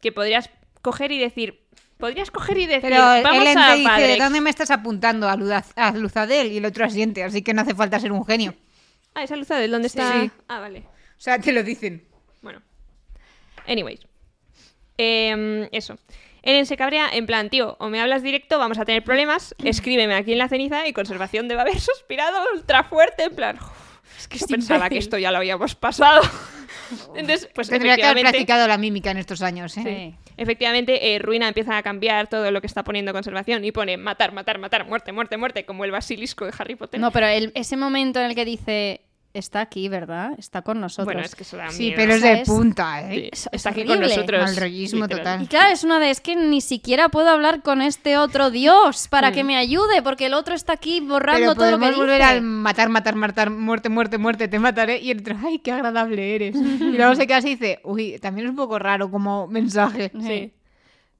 S2: que podrías coger y decir, podrías coger y decir,
S3: Pero
S2: vamos
S3: Ellen
S2: a
S3: te dice,
S2: Padrex".
S3: ¿dónde me estás apuntando? A, Luda- a Luzadel y el otro asiente, así que no hace falta ser un genio.
S2: Ah, esa luz del dónde
S3: Sí,
S2: está.
S3: sí.
S2: Ah, vale.
S3: O sea, te lo dicen.
S2: Bueno. Anyways. Em, eso. Eren se cabrea en plan, tío, o me hablas directo, vamos a tener problemas, escríbeme aquí en la ceniza y conservación debe haber suspirado ultra fuerte, en plan... Es que pensaba que esto ya lo habíamos pasado. Entonces, pues
S3: Tendría que haber
S2: efectivamente,
S3: practicado la mímica en estos años, ¿eh?
S1: Sí.
S2: efectivamente eh, Ruina empieza a cambiar todo lo que está poniendo conservación y pone matar, matar, matar, muerte, muerte, muerte, como el basilisco de Harry Potter.
S1: No, pero el- ese momento en el que dice está aquí, ¿verdad? Está con nosotros.
S2: bueno, es que eso da
S3: Sí,
S2: miedo.
S3: pero es
S1: Esa
S3: de
S1: es-
S3: punta,
S2: Sí,
S3: ¿eh?
S1: es- es
S2: está aquí con
S1: horrible.
S2: nosotros.
S3: Mal rollismo total.
S1: Y claro, es una de, es que ni siquiera puedo hablar con este otro dios para que me ayude, porque el otro está aquí borrando
S3: Pero
S1: todo lo que
S3: podemos volver
S1: dice.
S3: al matar, matar, matar, muerte, muerte, muerte, te mataré. Y el otro, ay, qué agradable eres. Y luego se queda así y dice, uy, también es un poco raro como mensaje.
S2: Sí.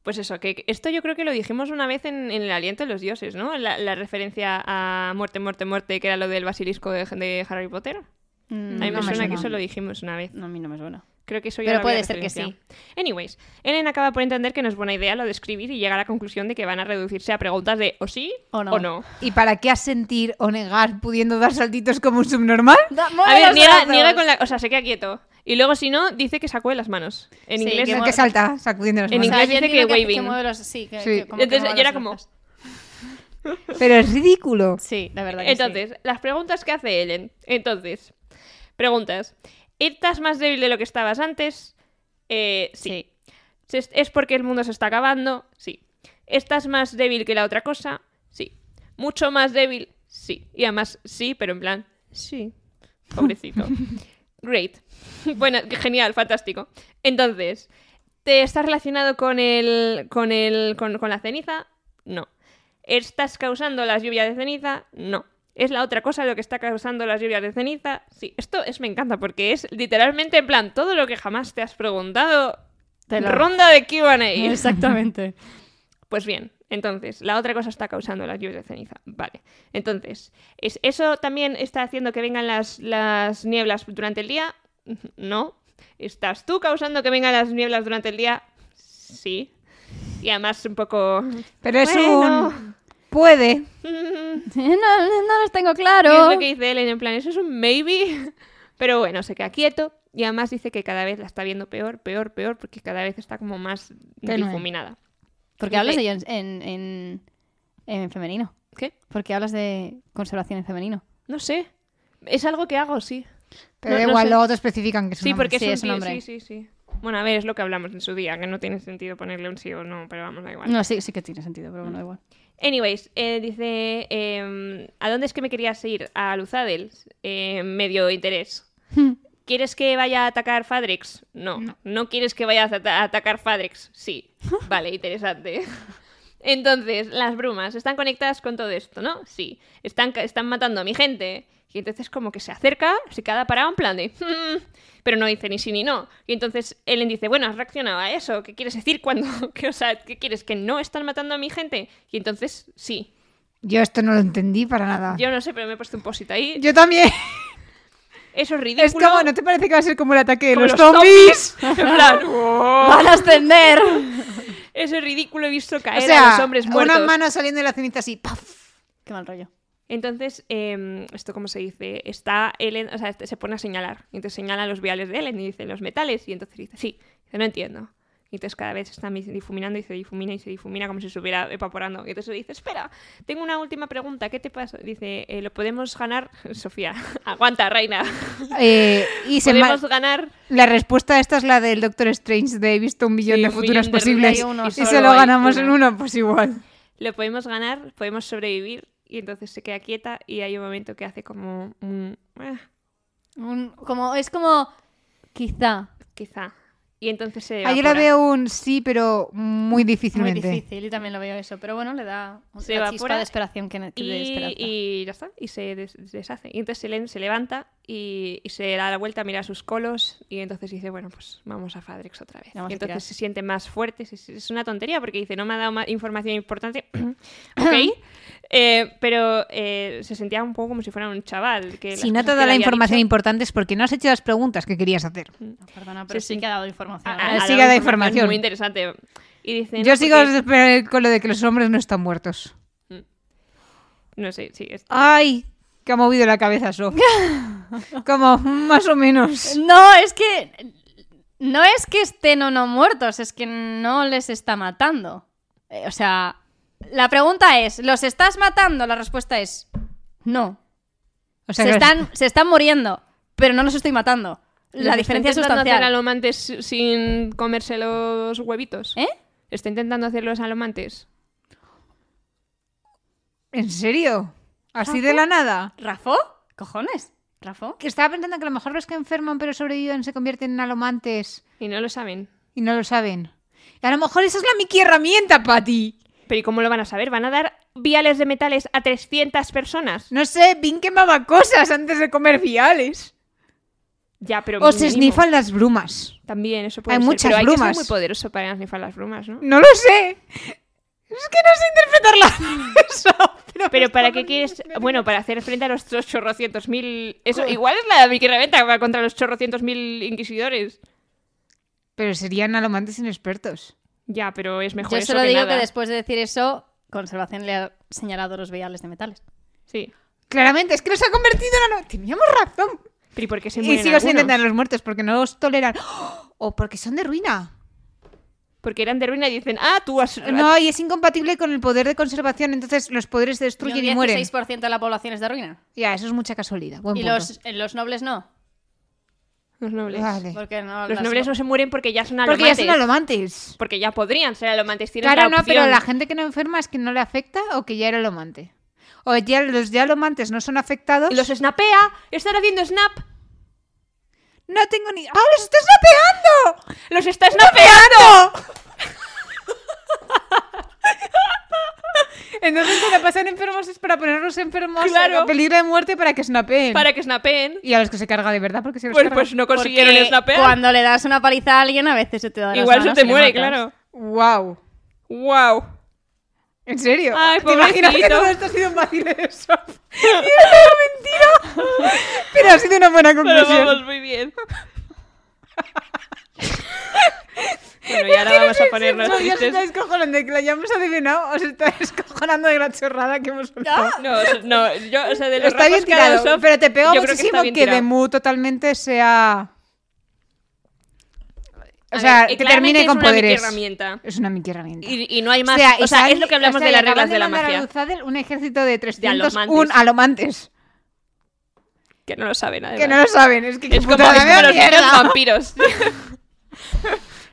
S2: Pues eso, que esto yo creo que lo dijimos una vez en, en El Aliento de los Dioses, ¿no? La, la referencia a muerte, muerte, muerte, que era lo del basilisco de, de Harry Potter. a mí me suena que eso lo dijimos una vez.
S1: Mm, No, a mí no me suena.
S2: Creo que eso ya
S1: Pero
S2: lo había
S1: puede ser que
S2: referenciado. Anyways, Ellen acaba por entender que no es buena idea lo de escribir y llega a la conclusión de que van a reducirse a preguntas de o sí
S1: O no.
S2: o no.
S3: ¿Y para qué asentir o negar pudiendo dar saltitos como un subnormal?
S2: A ver, niega, niega con la... O sea, se queda quieto. Y luego, si no, dice que sacude las manos. En
S1: Sí,
S2: inglés...
S1: que
S3: El
S1: mo-
S3: que salta sacudiendo las
S2: En
S3: manos.
S2: inglés dice que waving.
S1: mueve los- sí, que-
S3: Sí.
S1: que como que
S2: Entonces,
S1: mueve
S2: yo era
S1: las
S2: como-
S1: gafas.
S3: Pero es ridículo.
S1: Sí, la verdad que sí.
S2: Entonces, las preguntas que hace Ellen. Entonces, preguntas. ¿Estás más débil de lo que estabas antes? Eh, sí.
S1: Sí.
S2: Se- ¿Es porque el mundo se está acabando? Sí. ¿Estás más débil que la otra cosa? Sí. ¿Mucho más débil? Sí. Y además, sí, pero en plan, sí. Pobrecito. Great. Bueno, genial, fantástico. Entonces, ¿te estás relacionado con el. con el. con, con la ceniza? No. ¿Estás causando las lluvias de ceniza? No. ¿Es la otra cosa lo que está causando las lluvias de ceniza? Sí. Esto es me encanta porque es literalmente en plan todo lo que jamás te has preguntado.
S1: Te lo-
S2: Ronda de QA.
S1: Exactamente.
S2: Pues bien, entonces, la otra cosa está causando las lluvias de ceniza. Vale. Entonces, ¿es ¿eso también está haciendo que vengan las, las nieblas durante el día? No. ¿Estás tú causando que vengan las nieblas durante el día? Sí. Y además un poco...
S3: Pero es
S2: Bueno.
S3: un... Puede.
S2: mm,
S1: no, no los tengo
S2: Y es
S1: claro.
S2: lo que dice Ellen, en plan, eso es un maybe. Pero bueno, se queda quieto. Y además dice que cada vez la está viendo peor, peor, peor, porque cada vez está como más
S3: Tenue.
S2: difuminada.
S1: Porque
S2: dice-
S1: hablas de ello en, en, en, en femenino.
S2: ¿Qué?
S1: Porque hablas de conservación en femenino.
S2: No sé. Es algo que hago, sí.
S3: Pero
S2: No-
S3: da
S2: no
S3: igual,
S2: sé.
S3: luego te especifican que es un
S2: Sí,
S3: hombre.
S2: porque
S1: sí,
S2: es
S1: es
S2: un
S1: un
S2: tío,
S1: hombre.
S2: Sí, sí, sí. Bueno, a ver, es lo que hablamos en su día, que no tiene sentido ponerle un sí o no, pero vamos, da igual.
S1: No, sí, sí que tiene sentido, pero bueno, da igual.
S2: Anyways, eh, dice, em, ¿a dónde es que me querías ir? A Luzadel, eh, medio interés. ¿Quieres que vaya a atacar Fadrix? No. no. quieres que vaya a, ata- a atacar Fadrix? Sí. Vale, interesante. Entonces, las brumas están conectadas con todo esto, ¿no? Sí. Están, ca- están matando a mi gente. Y entonces como que se acerca, se queda parado en plan de... "Mm", pero no dice ni sí ni no. Y entonces Ellen dice, bueno, has reaccionado a eso. ¿Qué quieres decir cuando... Que, o sea, ¿qué quieres? ¿Que no están matando a mi gente? Y entonces, sí.
S3: Yo esto no lo entendí para nada. Yo,
S2: Yo no sé, pero me he puesto un posit ahí.
S3: también.
S2: Eso es ridículo.
S3: Es como, ¿no te parece que va a ser como el ataque de
S2: Como
S3: los,
S2: los
S3: zombies?
S2: En plan, "Oh".
S1: ¡Van a ascender!
S2: Eso es ridículo, he visto
S3: O
S2: caer a
S3: sea,
S2: los hombres muertos.
S3: una mano saliendo de la ceniza así. ¡paf!
S1: Qué mal rollo.
S2: Entonces, eh, esto como se dice, está Ellen, o sea, este- se pone a señalar. Y Entonces señala los viales de Ellen y dice los metales. Y entonces dice, sí, dice, no entiendo. Y entonces cada vez se están difuminando y se difumina y se difumina como si se estuviera evaporando. Y entonces dice, espera, tengo una última pregunta, ¿qué te pasa? Dice, "Eh, ¿lo podemos ganar? Sofía, aguanta, reina.
S3: Eh, y se ma-
S2: ¿Podemos ganar?
S3: La respuesta a esta es la del Doctor Strange de he visto un millón
S2: Sí,
S3: de
S2: un
S3: futuros
S2: millón de
S3: posibles.
S1: hay uno
S3: y
S2: solo
S3: se lo
S2: hay
S3: ganamos
S2: uno.
S3: en uno, pues igual.
S2: lo podemos ganar, podemos sobrevivir. Y entonces se queda quieta y hay un momento que hace como un... "Ah,
S1: Un- como, es como. Quizá.
S2: quizá. Y entonces se...
S3: Ah, yo la
S2: evapora.
S3: veo un sí, pero
S1: Muy
S3: muy difícilmente.
S1: difícil, y también lo veo eso. Pero bueno, le da
S2: Se
S1: una
S2: evapora
S1: chispa de esperación que, ne- que de
S2: Y,
S1: esperanza.
S2: y ya está, y se des- deshace. Y entonces Selene se levanta y, y se da la vuelta, mira sus colos y entonces dice, bueno, pues vamos a Fadrix otra vez.
S1: Vamos
S2: Y
S1: a tirar.
S2: entonces se siente más fuerte. Es, es una tontería porque dice, no me ha dado más información importante. ok. Eh, pero eh, se sentía un poco como si fuera un chaval. Que
S3: Si
S2: las cosas que
S3: no te da
S2: le
S3: la
S2: había
S3: información
S2: dicho-
S3: importante es porque no has hecho las preguntas que querías hacer.
S1: No, perdona, pero
S2: Sí,
S1: sí,
S2: sí.
S1: que ha dado información.
S2: ha- ha
S3: sí
S2: dado
S3: que da información.
S2: Muy interesante. Y dice,
S3: Yo
S2: no,
S3: sigo
S2: porque-
S3: esper- con lo de que los hombres no están muertos.
S2: No sé, sí. es-
S3: ¡Ay! Que ha movido la cabeza Sof. Como, mm, más o menos.
S1: No, es que. No es que estén o no muertos, es que no les está matando. Eh, o sea, la pregunta es: ¿los estás matando? La respuesta es: No.
S3: O sea,
S1: se,
S3: que-
S1: están, se están muriendo, pero no los estoy matando.
S2: Les
S1: La
S2: está
S1: diferencia es
S2: intentando hacer
S1: sustancial.
S2: alomantes si- sin comerse los huevitos.
S1: ¿Eh?
S2: Está intentando hacer los alomantes.
S3: ¿En serio? ¿Así de la nada?
S1: ¿Rafó? ¿Cojones? ¿Rafó?
S3: Que estaba pensando que a lo mejor los que enferman pero sobreviven se convierten en alomantes
S2: Y no lo saben.
S3: y no lo saben. Y a lo mejor esa es la Mickey herramienta para ti.
S2: Pero ¿y cómo lo van a saber? ¿Van a dar viales de metales a 300 personas?
S3: No sé, Vin quemaba cosas antes de comer viales.
S2: Ya, pero
S3: O se
S2: mínimo.
S3: snifan las brumas.
S2: También, eso puede
S3: Hay
S2: ser,
S3: muchas
S2: pero Hay que
S3: brumas.
S2: ser muy poderoso para snifar las brumas, ¿no?
S3: No lo sé. Es que no sé interpretar la eso,
S2: Pero ¿para qué quieres...? Bueno, para hacer frente a los chos- chorrocientos mil... Eso, igual es la Vicky Reventa va contra los chorrocientos mil inquisidores.
S3: Pero serían alomantes inexpertos.
S2: Ya, pero es mejor
S1: Yo
S2: eso
S1: solo digo
S2: nada.
S1: que después de decir eso, Conservación le ha señalado los viales de metales.
S2: Sí.
S3: Claramente, es que los ha convertido en ano- Teníamos razón.
S2: Pero ¿y por qué se
S3: Y
S2: mueren
S3: sigo sin
S2: algunos?
S3: entender a los muertos porque no los toleran. ¡Oh! O porque son de ruina.
S2: Porque eran de ruina y dicen, ah, tú has...
S3: No, y es incompatible con el poder de conservación, entonces los poderes se destruyen y,
S1: un
S3: mueren.
S1: 16% de la población es de ruina.
S3: Ya, eso es mucha casualidad. Buen
S1: Y
S3: punto.
S1: los, eh, los nobles no.
S2: Los nobles.
S3: Vale.
S1: Porque no
S2: Los
S1: las-
S2: nobles no se mueren porque ya son
S3: Porque
S2: alomantes.
S3: ya son alomantes.
S2: Porque ya podrían ser alomantes. Tienen
S3: Claro,
S2: la
S3: no, pero
S2: opción.
S3: la gente que no enferma es que no le afecta o que ya era alomante. O ya los ya alomantes no son afectados.
S2: Los snapea. Están haciendo snap.
S3: No tengo ni. ¡Ah, los estás napeando!
S2: Los está snapeando.
S3: Entonces, cuando pasan enfermos es para ponerlos enfermos
S2: Claro.
S3: a peligro de muerte para que snapeen.
S2: para que snapeen.
S3: Y a los que se carga de verdad, porque se los
S2: Pues,
S3: carga.
S2: pues no
S1: Porque
S2: consiguieron snapear.
S1: Cuando le das una paliza a alguien, a veces se te da las
S2: Igual se
S1: manos
S2: te
S1: y le
S2: muere,
S1: matas.
S2: claro.
S3: ¡Wow!
S2: Wow.
S3: ¿En serio?
S2: Ay,
S3: ¿Te imaginas que
S2: pobrecito.
S3: todo esto ha sido un vacil de eso? ¡Y era una mentira! Pero ha sido una buena
S2: Pero
S3: conclusión.
S2: vamos muy bien. bueno, y ahora vamos a ponernos
S3: No, ya se está
S2: tristes.
S3: descojonando de que la hayamos adivinado o se está descojonando de la chorrada que hemos soltado.
S2: No, o sea, no, yo, o sea, de los
S3: Está bien
S2: rasgos que ha dado
S3: tirado,
S2: Sof,
S3: pero te pega
S2: yo creo que
S3: muchísimo
S2: está
S3: que,
S2: bien tirado.
S3: de mu totalmente sea... O
S2: A
S3: sea,
S2: ver, eh,
S3: que
S2: claramente
S3: termine
S2: es
S3: con
S2: una
S3: poderes.
S2: herramienta.
S3: Es una mickey herramienta.
S2: Y, y no hay más. O sea, es lo que hablamos de las reglas de la magia.
S3: un ejército de 301
S2: alomantes.
S3: alomantes.
S2: Que no lo saben, además.
S3: Que no lo saben, es que... qué
S2: Es como,
S3: putada,
S2: es
S3: me da
S2: como los
S3: mierda.
S2: niños vampiros.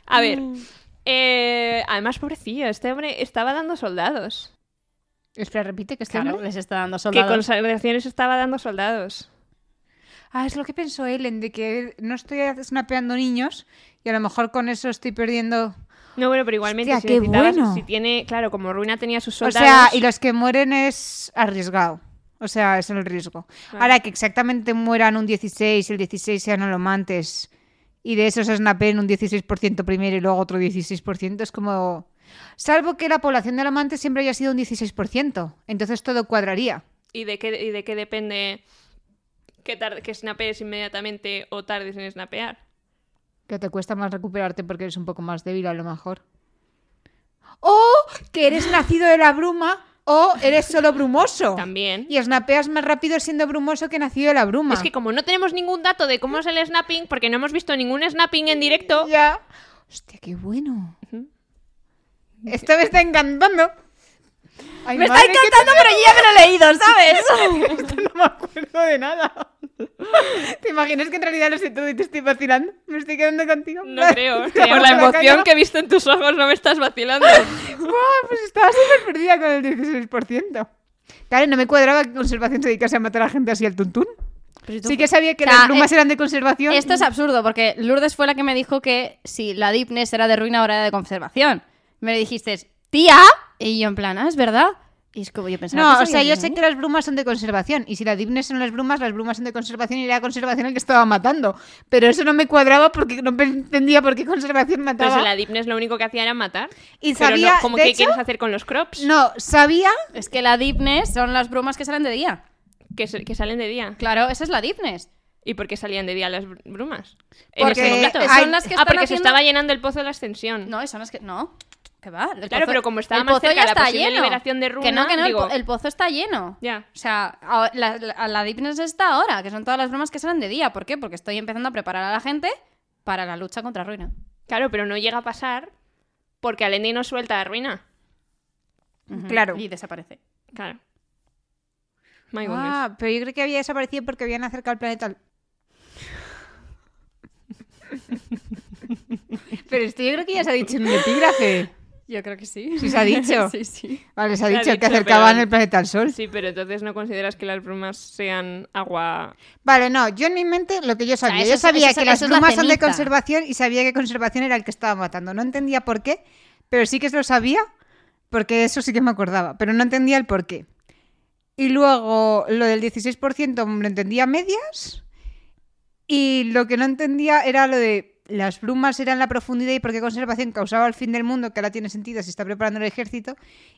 S2: A ver.
S3: Mm.
S2: eh, además, pobrecillo, este hombre estaba dando soldados.
S3: Espera, repite que está
S1: Claro, les está dando
S2: Que
S1: soldados.
S2: consagraciones estaba dando soldados.
S3: Ah, es lo que pensó Ellen, de que no estoy snapeando niños y a lo mejor con eso estoy perdiendo...
S2: No, bueno, pero igualmente
S3: Hostia,
S2: si
S3: qué
S2: necesitabas-
S3: bueno.
S2: si tiene, claro, como Ruina tenía sus
S3: O
S2: soldados.
S3: sea, y los que mueren es arriesgado. O sea, es el riesgo.
S2: Claro.
S3: Ahora que exactamente mueran un 16 y el 16 sean alomantes y de esos snapeen un 16% primero y luego otro 16%, es como... Salvo que la población de alomantes siempre haya sido un 16%, entonces todo cuadraría.
S2: ¿Y de qué, y de qué depende que, tar- que snapees inmediatamente o tardes en snapear?
S3: Que te cuesta más recuperarte porque eres un poco más débil a lo mejor. O que eres nacido de la bruma o eres solo brumoso.
S2: También.
S3: Y snapeas más rápido siendo brumoso que nacido de la bruma.
S2: Es que como no tenemos ningún dato de cómo es el snapping, porque no hemos visto ningún snapping en directo.
S3: Ya. Hostia, qué bueno.
S2: Ujú.
S3: Esto me está encantando. Ay,
S1: Me está
S3: madre, que
S1: encantando, pero yo ya me lo he leído, ¿sabes?
S3: esto no me acuerdo de nada. ¿Te imaginas que en realidad lo sé todo y te estoy vacilando? Me estoy quedando contigo.
S2: No creo.
S3: Te
S2: Por
S3: agarro
S2: la
S3: cara.
S2: emoción que he visto en tus ojos, no me estás vacilando.
S3: Buah, pues estaba súper perdida con el 16%. Claro, no me cuadraba que conservación se dedicase a matar a gente así al tuntún. Sí que sabía que
S1: O sea,
S3: las brumas
S1: eh,
S3: eran de conservación.
S1: Esto es absurdo, porque Lourdes fue la que me dijo que si la Dipnes era de ruina, ahora era de conservación. Me dijiste, tía, y yo en plan, "Ah, ¿es verdad? Y es como yo pensaba
S3: No,
S1: que
S3: o sea,
S1: sabías de
S3: yo sé
S1: mí.
S3: que las brumas son de conservación. Y si la Dipnes son las brumas, las brumas son de conservación y era conservación el que estaba matando. Pero eso no me cuadraba porque no me entendía por qué conservación
S2: Pero si
S3: mataba.
S2: la Dipnes lo único que hacía era matar.
S3: Y
S2: Pero
S3: sabía,
S2: no, como
S3: de
S2: que
S3: hecho,
S2: quieres hacer con los crops
S3: No, sabía.
S1: Es que la Dipnes son las brumas que salen de día.
S2: que, se- que salen de día.
S1: Claro, esa es la Dipnes.
S2: ¿Y por qué salían de día las br- brumas?
S3: Porque
S2: en ese momento.
S3: hay-
S1: son las que
S2: ah,
S1: están
S2: porque se
S1: haciendo-
S2: estaba llenando el pozo de la ascensión.
S1: No, son las que... No, que va. el
S2: Claro,
S1: pozo-
S2: pero como estaba
S1: el
S2: más
S1: pozo
S2: cerca
S1: ya
S2: la
S1: está
S2: posible
S1: lleno.
S2: liberación de
S1: Que no,
S2: Runa,
S1: que no, el po-
S2: digo-
S1: el pozo está lleno.
S2: Ya.
S1: O sea, a- la, la, la Dipnes está ahora, que son todas las bromas que salen de día. ¿Por qué? Porque estoy empezando a preparar a la gente para la lucha contra Ruina.
S2: Claro, pero no llega a pasar porque Alendi no suelta a Ruina.
S1: Ujú.
S3: Claro.
S1: Y desaparece.
S2: Claro. My goodness.
S3: Ah, pero yo creo que había desaparecido porque habían acercado al planeta. al- pero esto yo creo que ya se ha dicho en un epígrafe.
S1: Yo creo que sí.
S3: Sí, se ha dicho.
S1: sí, sí.
S3: Vale, se ha
S2: Se ha
S3: dicho que
S2: dicho,
S3: acercaban
S2: pero-
S3: el planeta al sol.
S2: Sí, pero entonces no consideras que las brumas sean agua.
S3: Vale, no, yo en mi mente lo que yo sabía,
S1: eso
S3: yo
S1: es- eso
S3: sabía
S1: es-
S3: que las
S1: eso es la
S3: brumas son de
S1: ceniza.
S3: conservación y sabía que conservación era el que estaba matando. No entendía por qué, pero sí que lo sabía, porque eso sí que me acordaba, pero no entendía el por qué. Y luego lo del 16% lo entendía a medias. Y lo que no entendía era lo de las brumas eran la profundidad y por qué conservación causaba el fin del mundo, que ahora tiene sentido si está preparando el ejército,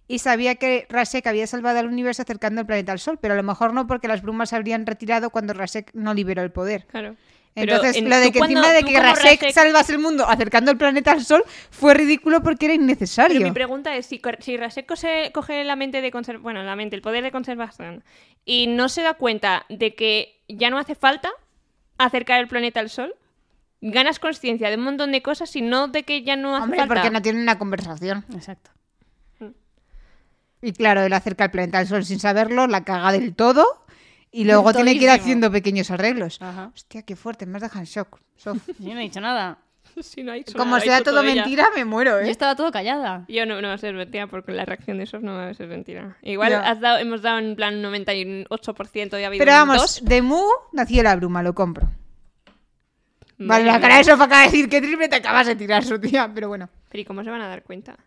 S3: y sabía que Rasek había salvado al universo acercando el planeta al Sol, pero a lo mejor no porque las brumas se habrían retirado cuando Rasek no liberó el poder.
S2: Claro. Pero
S3: Entonces,
S2: en-
S3: lo de
S2: tú
S3: que
S2: cuando-
S3: encima de
S2: tú
S3: que
S2: como
S3: Rasek,
S2: Rasek-
S3: salvase el mundo acercando el planeta al Sol fue ridículo porque era innecesario.
S2: Pero mi pregunta es, si, cor- si Rasek cose- coge la mente de conservación, bueno, la mente, el poder de conservación, y no se da cuenta de que ya no hace falta acercar el planeta al Sol, ganas conciencia de un montón de cosas y no de que ya no hace
S3: Hombre,
S2: falta.
S3: porque no tienen una conversación.
S1: Exacto.
S3: Y claro, él acerca el planeta al Sol sin saberlo, la caga del todo y luego tiene que ir
S1: todísimo.
S3: haciendo pequeños arreglos.
S1: Ajá.
S3: Hostia, qué fuerte, me has dejado en shock. Sof.
S1: Yo no he dicho nada.
S2: Si no ha dicho
S3: Como
S2: nada, ha
S3: sea
S2: dicho
S3: todo
S2: ella.
S3: mentira, me muero,
S1: Yo
S3: ¿eh?
S1: estaba todo callada.
S2: Yo no, no va a ser mentira porque la reacción de esos no va a ser mentira. Igual
S3: Ya.
S2: has dado, hemos dado en plan 98% y ha habido
S3: Pero
S2: un
S3: vamos,
S2: dos.
S3: de Mu nació la bruma, lo compro. Vale,
S2: Madre
S3: la cara
S2: mía.
S3: de Sof acaba de decir que triple te acabas de tirar, su tía, pero bueno.
S2: Pero ¿y cómo se van a dar cuenta?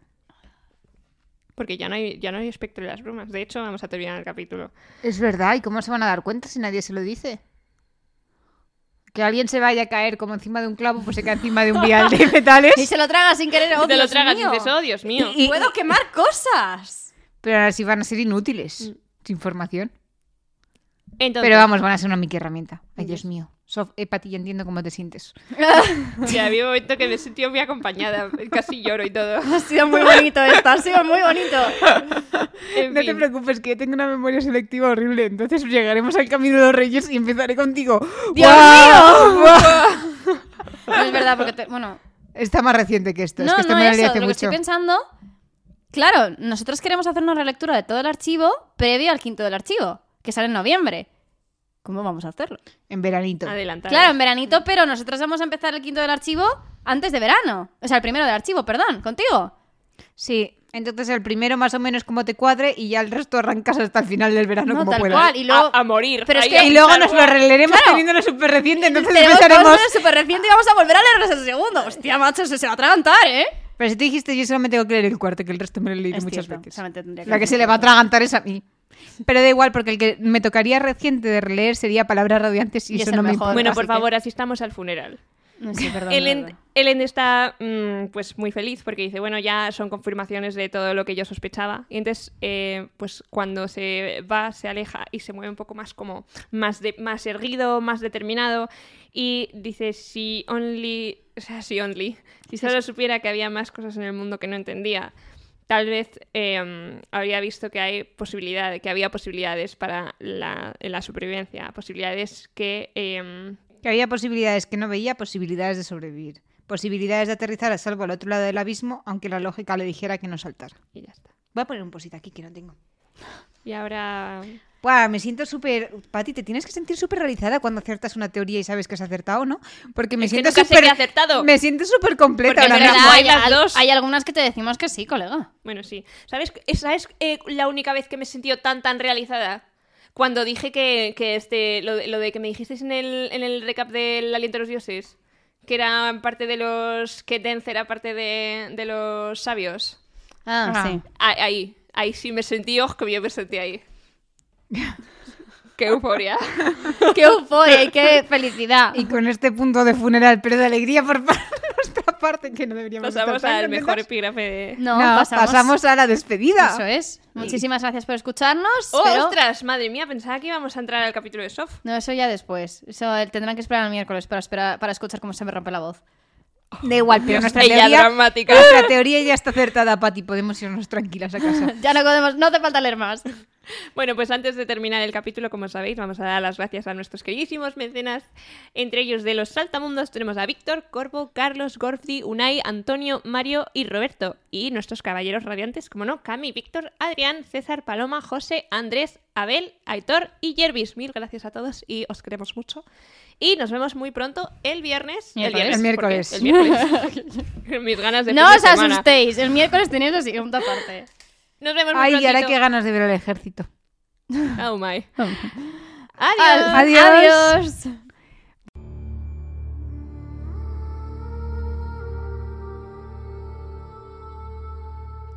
S2: Porque ya no hay, ya no hay espectro de las brumas. De hecho, vamos a terminar el capítulo.
S3: Es verdad, ¿y cómo se van a dar cuenta si nadie se lo dice? Que alguien se vaya a caer como encima de un clavo, pues se cae encima de un vial de
S1: Y
S3: metales.
S1: se lo traga sin querer. ¡Oh,
S2: te lo
S1: Dios
S2: tragas
S1: mío!
S2: y dices, oh, Dios mío.
S3: Y-
S1: ¡Puedo quemar cosas!
S3: Pero ahora sí van a ser inútiles, sin formación.
S2: Entonces,
S3: Pero vamos, van a ser una mica herramienta. Ay,
S2: Dios.
S3: Dios mío. Sof, eh, Pati, ya entiendo cómo te sientes.
S2: ya había un momento que me sentí muy acompañada. Casi lloro y todo.
S1: ha sido muy bonito esto, ha sido muy bonito.
S2: En
S3: No te
S2: fin.
S3: preocupes, que yo tengo una memoria selectiva horrible. Entonces llegaremos al Camino de los Reyes y empezaré contigo.
S1: ¡Dios
S3: ¡Guau! ¡Guau!
S1: No es verdad, porque... te- bueno,
S3: Está más reciente que esto. es
S1: no,
S3: que esto
S1: no
S3: me lo leí
S1: eso,
S3: hace
S1: lo que estoy
S3: mucho.
S1: pensando... Claro, nosotros queremos hacer una relectura de todo el archivo previo al quinto del archivo, que sale en noviembre. ¿Cómo vamos a hacerlo?
S3: En veranito.
S2: Adelantado.
S1: Claro, en veranito, pero nosotros vamos a empezar el quinto del archivo antes de verano. O sea, el primero del archivo, perdón, contigo.
S3: Sí. Entonces el primero más o menos como te cuadre y ya el resto arrancas hasta el final del verano
S1: No,
S3: como
S1: tal
S3: puedas.
S1: cual. Y luego...
S2: a, a morir.
S1: Pero es
S2: Ahí
S1: que-
S2: a
S3: Y luego
S2: pisar
S3: nos lo
S2: guau.
S3: arreglaremos
S1: Claro.
S3: teniendo lo súper reciente, entonces
S1: Tenemos que
S3: empezaremos...
S1: volver súper reciente y vamos a volver a leernos el segundo. Hostia, macho, se, se va a atragantar, ¿eh?
S3: Pero si te dijiste yo solamente tengo que leer el cuarto, que el resto me lo leí
S1: Es
S3: muchas
S1: cierto,
S3: veces.
S1: solamente tendría que
S3: La que
S1: leer
S3: se
S1: el
S3: le va a
S1: cuarto.
S3: atragantar es a mí. Pero da igual, porque el que me tocaría reciente de releer sería Palabras Radiantes y,
S1: Y es
S3: eso
S1: el
S3: no me
S1: mejor.
S3: importa.
S2: Bueno, por
S3: así que-
S2: favor, asistamos al funeral.
S1: No sé, perdón. de
S2: Ellen,
S1: verdad.
S2: Ellen está mm, pues muy feliz porque dice, bueno, ya son confirmaciones de todo lo que yo sospechaba. Y entonces, eh, pues cuando se va, se aleja y se mueve un poco más como más, de, más erguido, más determinado. Y dice, si only, o sea, si only, si solo supiera que había más cosas en el mundo que no entendía, tal vez eh, habría visto que hay posibilidad, que había posibilidades para la, la supervivencia, posibilidades que... em,
S3: Que había posibilidades que no veía, posibilidades de sobrevivir. Posibilidades de aterrizar a salvo al otro lado del abismo, aunque la lógica le dijera que no saltara.
S2: y ya está.
S3: Voy a poner un posito aquí que no tengo.
S2: Y ahora...
S3: Buah, me siento súper... Pati, te tienes que sentir súper realizada cuando acertas una teoría y sabes que has acertado, ¿no? Porque me
S2: Es que
S3: siento
S2: nunca sé
S3: súper...
S2: qué he acertado.
S3: Me siento súper completa
S2: Porque
S1: Es
S2: Ahora
S3: ahora
S1: verdad,
S2: mismo
S3: mismo.
S2: hay
S1: hay,
S2: las
S1: al-
S2: dos.
S1: hay algunas que te decimos que sí, colega.
S2: Bueno, sí. ¿Sabes? Esa es eh, la única vez que me he sentido tan, tan realizada. Cuando dije que, que este, lo, de- lo de que me dijisteis en el, en el recap del Aliento de los Dioses, que era parte de los. que Dance era parte de, de los sabios.
S1: Ah,
S3: Ajá.
S1: sí.
S2: Ah, Ahí, ahí sí me sentí, ojo, que yo me sentí ahí. ¡Qué euforia!
S1: ¡Qué euforia y qué felicidad!
S3: Y con este punto de funeral, pero de alegría por par- nuestra parte, que no deberíamos
S2: Pasamos
S3: estar tan
S2: al mejor
S3: contentas.
S2: epígrafe de.
S1: No,
S3: No,
S1: pasamos.
S3: a la despedida.
S1: Eso es. Muchísimas gracias por escucharnos.
S2: ¡Oh,
S1: pero-
S2: ¡Ostras! Madre mía, pensaba que íbamos a entrar al capítulo de Sof.
S1: No, eso ya después. Eso eh, tendrán que esperar al miércoles para, esperar, para escuchar cómo se me rompe la voz.
S3: Da igual, pero nuestra
S2: ella
S3: teoría,
S2: dramática.
S3: nuestra teoría ya está acertada, Pati. Podemos irnos tranquilas a casa.
S1: Ya no podemos, no hace falta leer más.
S2: Bueno, pues antes de terminar el capítulo, como sabéis, vamos a dar las gracias a nuestros queridísimos mecenas. Entre ellos de los Saltamundos tenemos a Víctor, Corvo, Carlos, Gorfdi, Unai, Antonio, Mario y Roberto. Y nuestros caballeros radiantes, como no, Cami, Víctor, Adrián, César, Paloma, José, Andrés, Abel, Aitor y Jervis. Mil gracias a todos y os queremos mucho. Y nos vemos muy pronto el viernes.
S1: Miércoles.
S2: El viernes.
S3: El
S2: ¿por qué? El miércoles. Mis ganas de
S1: No
S2: fin de
S1: os
S2: semana.
S1: asustéis. El miércoles tenéis la segunda parte.
S2: Nos vemos muy
S3: Ay, y ahora
S2: prontito.
S3: qué ganas de ver al ejército.
S2: Oh my.
S3: Adiós.
S1: Adiós.